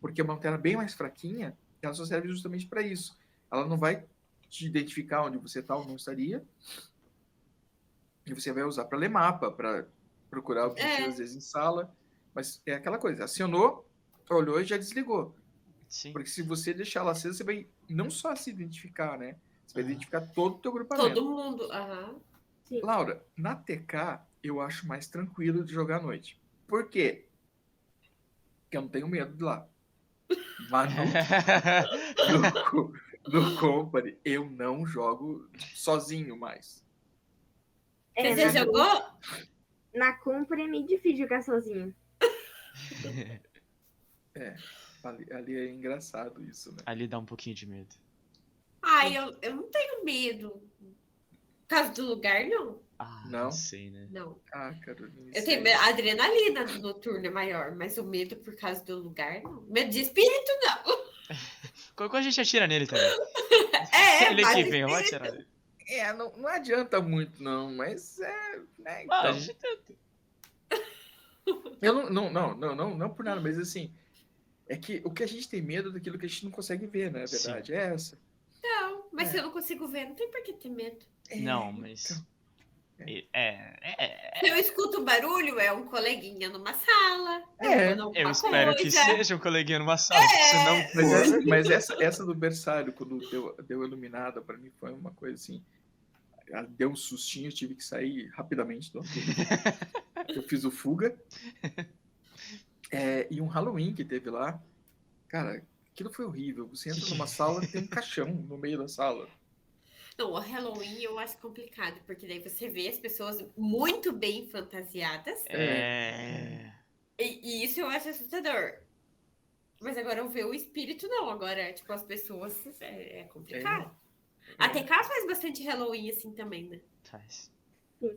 Porque é uma lanterna bem mais fraquinha, ela só serve justamente para isso. Ela não vai te identificar onde você tá ou não estaria. E você vai usar para ler mapa, para procurar o que
É.
tinha às vezes em sala. Mas é aquela coisa, acionou, olhou e já desligou.
Sim.
Porque se você deixar ela acesa, você vai não só se identificar, né? Você vai
Ah.
identificar todo o teu grupamento.
Todo mundo. Aham.
Laura, na TK eu acho mais tranquilo de jogar à noite. Por quê? Porque eu não tenho medo de lá. Mas no no, co- no Company, eu não jogo sozinho mais.
É,
Você
na,
já jogou?
na compra é meio difícil jogar sozinho.
Ali, ali é engraçado isso, né?
Ali dá um pouquinho de medo.
Ai, eu, eu não tenho medo. Por causa do lugar, não.
Ah,
Não?
não sei, né?
Não.
Ah, Carolina.
Eu
isso
tenho
aí.
medo. A adrenalina do noturno é maior, mas o medo por causa do lugar, não. Medo de espírito, não.
Qual a gente atira nele também?
É, é
Ele
mas
que vem, vamos
espírito-
atirar nele.
É, não, não adianta muito, não, mas é. Né,
Ah, a
então.
gente tenta.
Eu não, não, não, não, não, não por nada, mas assim. É que o que a gente tem medo é daquilo que a gente não consegue ver, né? A
Sim.
verdade é essa.
Não, mas
É.
se eu não consigo ver, não tem por que ter medo.
É,
Não, mas. É, é, é,
Se eu escuto barulho, é um coleguinha numa sala.
É,
jogando alguma
Eu espero que
coisa.
seja um coleguinha numa sala. Se não
Mas,
for.
essa, mas essa, essa do berçário, quando deu, deu iluminada, pra mim foi uma coisa assim. ela Deu um sustinho, eu tive que sair rapidamente do hotel. Eu fiz o fuga. É, e um Halloween que teve lá. Cara, aquilo foi horrível. Você entra numa sala tem um caixão no meio da sala.
Não, o Halloween eu acho complicado, porque daí você vê as pessoas muito bem fantasiadas.
É.
E, e isso eu acho assustador. Mas agora eu ver o espírito, não. Agora, tipo, as pessoas. É, é complicado. A
é.
TK faz bastante Halloween assim também, né?
Faz.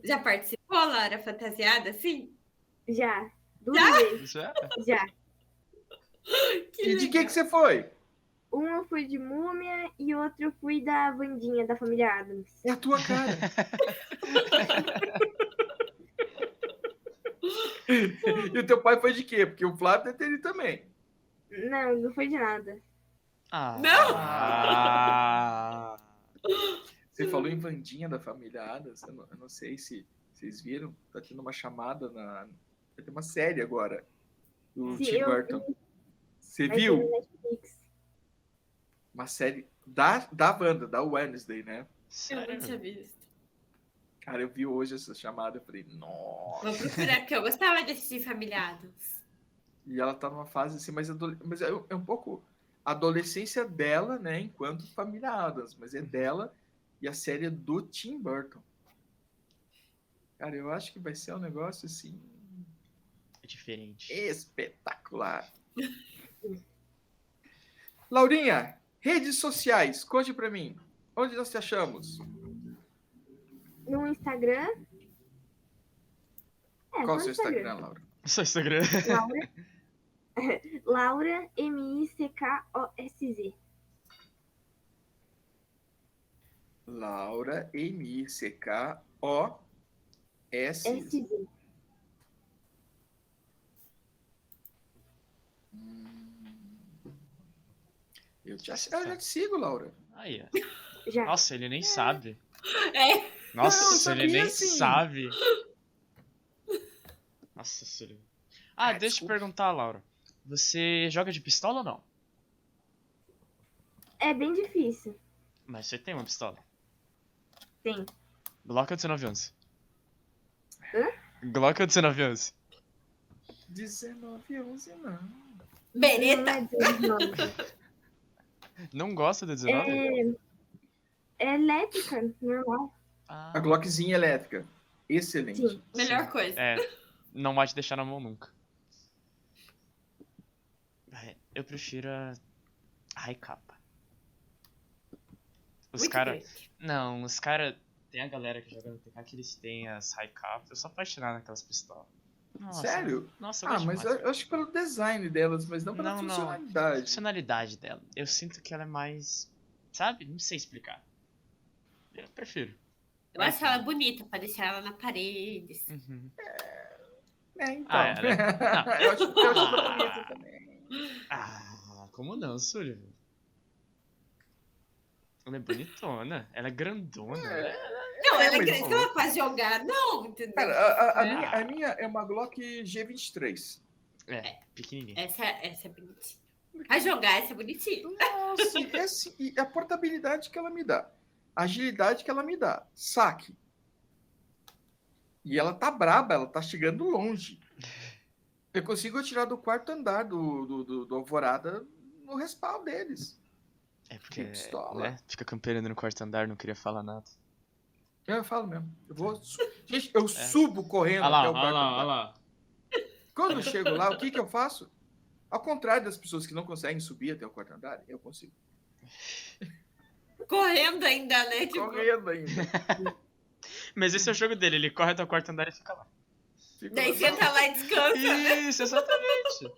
Já participou, Lara, fantasiada assim?
Já. Duas vezes,
Isso é.
já.
E de que,
legal.
que você foi?
Um eu fui de múmia e outro eu fui da Vandinha, da família Adams.
É a tua cara. e o teu pai foi de quê? Porque o Flávio deve ter ido também.
Não, não foi de nada.
Ah.
Não!
Ah.
Você falou em Vandinha da família Adams, eu não, eu não sei se vocês viram, tá tendo uma chamada na. Vai ter uma série agora do
Sim,
Tim
eu
Burton. Você
Mas
viu?
foi na Netflix.
Uma série da, da Wanda, da Wednesday, né?
Eu não tinha
Sério?
visto.
Cara, eu vi hoje essa chamada, eu falei, nossa.
Vou procurar, porque eu gostava de assistir Família Adams.
E ela tá numa fase assim, mas, adole- mas é, é um pouco a adolescência dela, né? Enquanto família Adams, mas é dela e a série é do Tim Burton. Cara, eu acho que vai ser um negócio assim
É diferente.
espetacular. Laurinha, redes sociais, conte pra mim. Onde nós te achamos?
No Instagram. É,
Qual
no
o seu Instagram, Laura?
Só Instagram.
Laura, Laura M-I-C-K-O-S-Z.
Laura M-I-C-K-O-S.
S-Z.
Eu, te, ass- eu já te sigo, Laura.
Aí, ó.
Já.
Nossa, ele nem sabe.
É.
Nossa,
Não, eu
ele nem
sabia, sim.
sabe. Nossa, Silvio. Ah,
Ah,
deixa eu te
desculpa.
perguntar, Laura. Você joga de pistola ou não?
É bem difícil.
Mas você tem uma pistola.
Tem.
Glock é ou 1911?
Hã?
Glock é ou 1911?
19 11 não.
Não
Bereta.
é bem nome.
Não gosta do 19?
É, é elétrica, normal.
Ah,
A Glockzinha elétrica. Excelente.
Sim.
Melhor coisa.
É, não vai te deixar na mão nunca. É, Eu prefiro a high capa. Os
Muito
caras.
bem.
Não, os caras. Tem a galera que joga no TK que eles têm as high caps. Eu sou apaixonado naquelas pistolas. Nossa,
Sério?
Nossa, eu
Ah,
gosto
mas
demais.
eu, eu acho que pelo design delas, mas não pela
Não, não. A
funcionalidade.
funcionalidade dela. Eu sinto que ela é mais. Sabe? Não sei explicar. Eu prefiro.
Eu acho ela bonita pra deixar ela na parede.
Hum,
assim.
Uhum.
É, então.
Ah, é, né? Não.
eu acho, eu acho
Ah.
bonita também.
Ah, como não, Sullivan? Ela é bonitona, ela é grandona. ela é-
Não, ela é
mas-
grande, então ela é pra jogar, não, entendeu?
Cara, a, a- a
É.
minha, a minha é uma Glock G23.
É, pequenininha.
Essa, essa é bonitinha. Pra jogar, essa é bonitinha.
Nossa, e esse- e a portabilidade que ela me dá. A agilidade que ela me dá. Saque. E ela tá braba, ela tá chegando longe. Eu consigo atirar do quarto andar do, do, do- do Alvorada no respaldo deles.
É porque.
Que pistola.
né, Fica campeando no quarto andar, não queria falar nada.
Eu falo mesmo. Eu vou. su- Gente, eu subo correndo
É. Olha lá,
até o
olha
quarto
lá,
andar.
olha lá.
Quando eu chego lá, o que, que eu faço? Ao contrário das pessoas que não conseguem subir até o quarto andar, eu consigo.
Correndo ainda, né? Tipo,
Correndo ainda.
Mas esse é o jogo dele, ele corre até o quarto andar e fica lá.
Fico
daí
lá.
senta lá e descansa.
Isso, exatamente.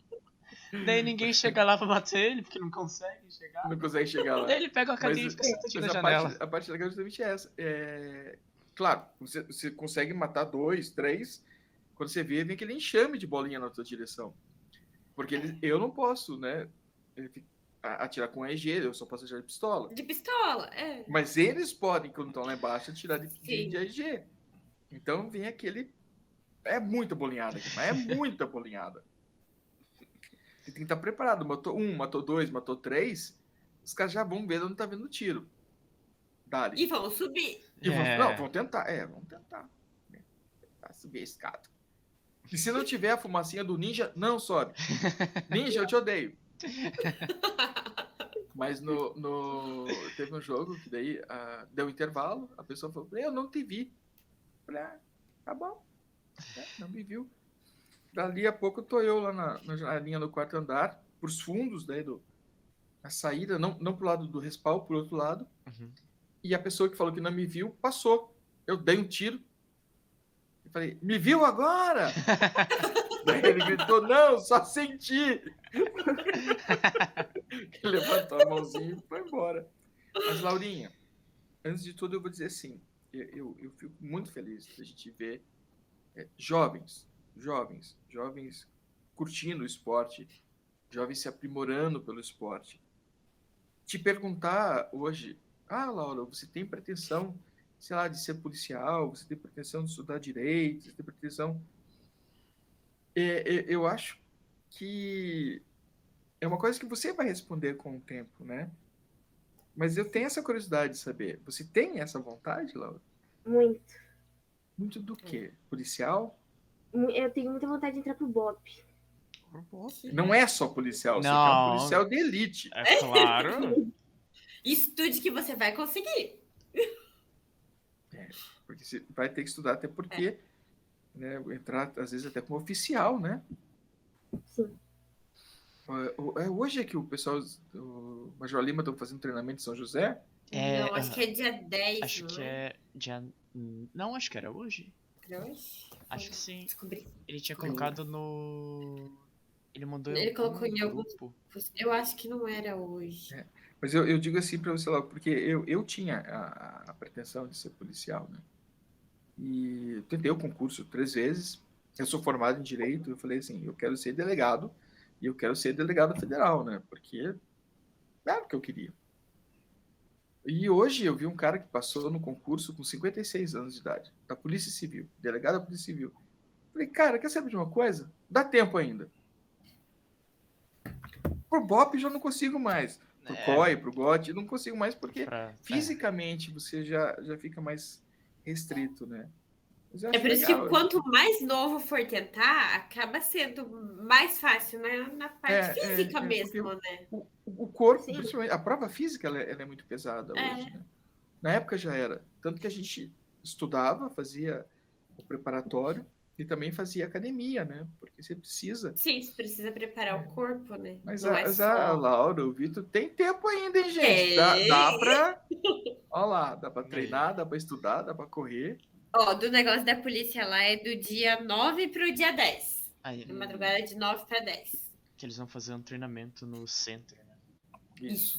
Daí ninguém chega lá pra bater ele, porque não consegue chegar.
Não consegue chegar lá.
Daí ele pega a cadeia e
Mas-
fica sentadinho na
Mas a
janela.
parte, a parte legal é justamente essa. É, Claro, você, você consegue matar dois, três. Quando você vê, vem aquele enxame de bolinha na tua direção. Porque ele- eu não posso, né? ele fi- a- Atirar com EG, eu só posso atirar de pistola.
De pistola, é.
Mas eles podem, quando estão lá embaixo, atirar de, de,
Sim.
de AEG. Então vem aquele. É muita bolinhada aqui, mas é muita bolinhada. Você tem que estar preparado. Matou um, matou dois, matou três. Os caras já vão ver onde tá vendo o tiro. Dali.
E vão subir.
E vão-
É.
Não, vão tentar. É, vão tentar. Vai subir a escada. E se não tiver a fumacinha do ninja, não sobe. Ninja, eu te odeio. Mas no, no- teve um jogo que daí ah, deu um intervalo, a pessoa falou, eu não te vi. Eu Falei, ah, tá bom. né, Não me viu. Dali a pouco tô eu lá na, na janelinha do quarto andar, pros fundos daí do, a saída, não, não pro lado do respaldo, pro outro lado.
Uhum.
E a pessoa que falou que não me viu passou. Eu dei um tiro. Eu falei, me viu agora? Daí ele gritou, não, só senti. Ele levantou a mãozinha e foi embora. Mas, Laurinha, antes de tudo, eu vou dizer assim: eu, eu, eu fico muito feliz da gente ver é, jovens, jovens, jovens curtindo o esporte, jovens se aprimorando pelo esporte. Te perguntar hoje, ah, Laura, você tem pretensão, sei lá, de ser policial, você tem pretensão de estudar direito, você tem pretensão. É, é, eu acho que é uma coisa que você vai responder com o tempo, né? Mas eu tenho essa curiosidade de saber. Você tem essa vontade, Laura?
Muito.
Muito do quê? Policial?
Mu- Eu tenho muita vontade de entrar pro BOP.
Por pouco.
Não é só policial, você
Não.
é um policial de elite.
É claro.
Estude que você vai conseguir.
Porque você vai ter que estudar, até porque né, entrar, às vezes, até como oficial, né?
Sim.
É, o- é hoje é que o pessoal, o Major Lima, estão fazendo treinamento em São José.
É,
não, acho que é dia 10.
Acho que é dia. hum, Não, acho que era hoje. Acho que sim.
Descobri.
Ele tinha
Eu-
colocado no. Ele mandou
Ele colocou
algum
em algum-
grupo.
Eu acho que não era hoje.
Mas eu, eu digo assim para você lá, porque eu, eu tinha a, a- a pretensão de ser policial, né? E tentei o concurso três vezes. Eu sou formado em direito. Eu falei assim, eu quero ser delegado e eu quero ser delegado federal, né? Porque era o que eu queria. E hoje eu vi um cara que passou no concurso com 56 anos de idade, da Polícia Civil, delegado da Polícia Civil. Falei, cara, quer saber de uma coisa? Dá tempo ainda. Pro BOP já não consigo mais pro
É.
COI, pro GOT, eu não consigo mais porque
Pra...
fisicamente você já, já fica mais restrito, né? Mas eu
É
acho
por isso
legal, né?
que quanto mais novo for tentar, acaba sendo mais fácil na, na parte
É, é,
física
é,
mesmo, né?
o, o corpo,
Sim.
principalmente, a prova física ela, é- ela é muito pesada
É.
hoje, né? Na época já era, tanto que a gente estudava, fazia o preparatório e também fazia academia, né? Porque você precisa.
Sim, você precisa preparar o corpo, né?
É. Mas,
Não
a,
é
mas
só-
a Laura, o Vitor, tem tempo ainda, hein, gente? Dá,
Tem.
dá pra. Olha lá, dá pra treinar, dá pra estudar, dá pra correr.
Ó, do negócio da polícia lá é do dia 9 pro dia 10.
Aí,
Uhum.
Na madrugada de 9 para 10.
Ah, que eles vão fazer um treinamento no centro, né?
Isso.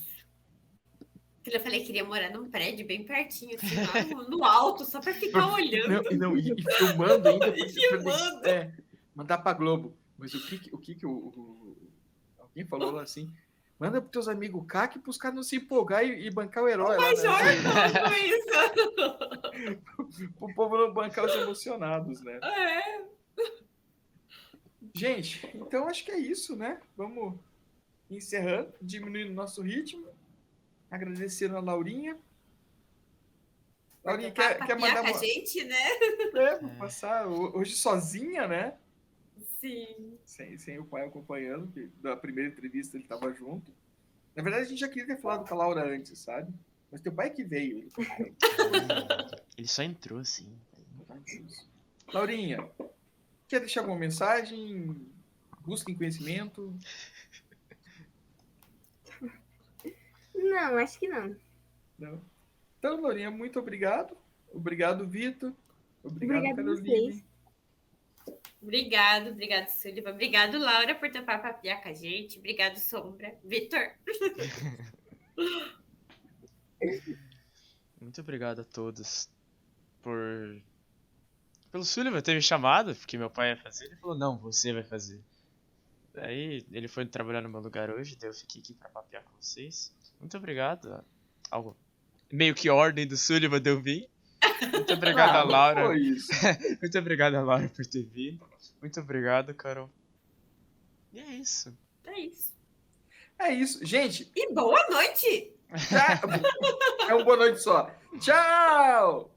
Porque eu falei que queria morar num prédio bem pertinho, assim, lá no, no alto, só pra ficar olhando.
Não, e não, e, e filmando ainda. porque-
E filmando.
É, mandar pra Globo. Mas o que que- o, que que o, o- Alguém falou lá assim, manda pros teus amigos CAC pros caras não se empolgar e, e bancar o herói. lá, né?
Mas olha como isso.
Pro povo não bancar os emocionados, né?
É.
Gente, então acho que é isso, né? Vamos encerrando, diminuindo o nosso ritmo. Agradecendo a Laurinha. Laurinha,
Pra
quer, quer
papear
mandar
com a
uma...
gente, né?
É, vou passar ho- hoje sozinha, né?
Sim.
sem, sem o pai acompanhando, que da primeira entrevista ele estava junto. Na verdade, a gente já queria ter falado com a Laura antes, sabe? Mas teu pai que veio. Ele falou, "Ai,
Ele só entrou assim.
meu Deus." "Tá, Laurinha, quer deixar alguma mensagem? Busquem conhecimento.
Não, acho que não.
Não. Então, Laurinha, muito obrigado. Obrigado, Vitor. Obrigado,
Obrigada a
Caroline.
vocês.
Obrigado, obrigado, Sullivan. Obrigado, Laura, por topar papiar com a gente. Obrigado, Sombra. Vitor.
Muito obrigado a todos por. Pelo Sullivan ter me chamado, porque meu pai ia fazer. Ele falou: Não, você vai fazer. Daí ele foi trabalhar no meu lugar hoje, daí eu fiquei aqui pra papear com vocês. Muito obrigado. a- Ao... Meio que ordem do Sullivan de eu vir. Muito obrigado a
Ah,
não
Laura.
Ah, foi isso.
Muito obrigado a Laura por ter vindo. Muito obrigado, Carol. E é isso.
É isso.
É isso. Gente, um
E boa noite!
tchau. é uma boa noite só. Tchau!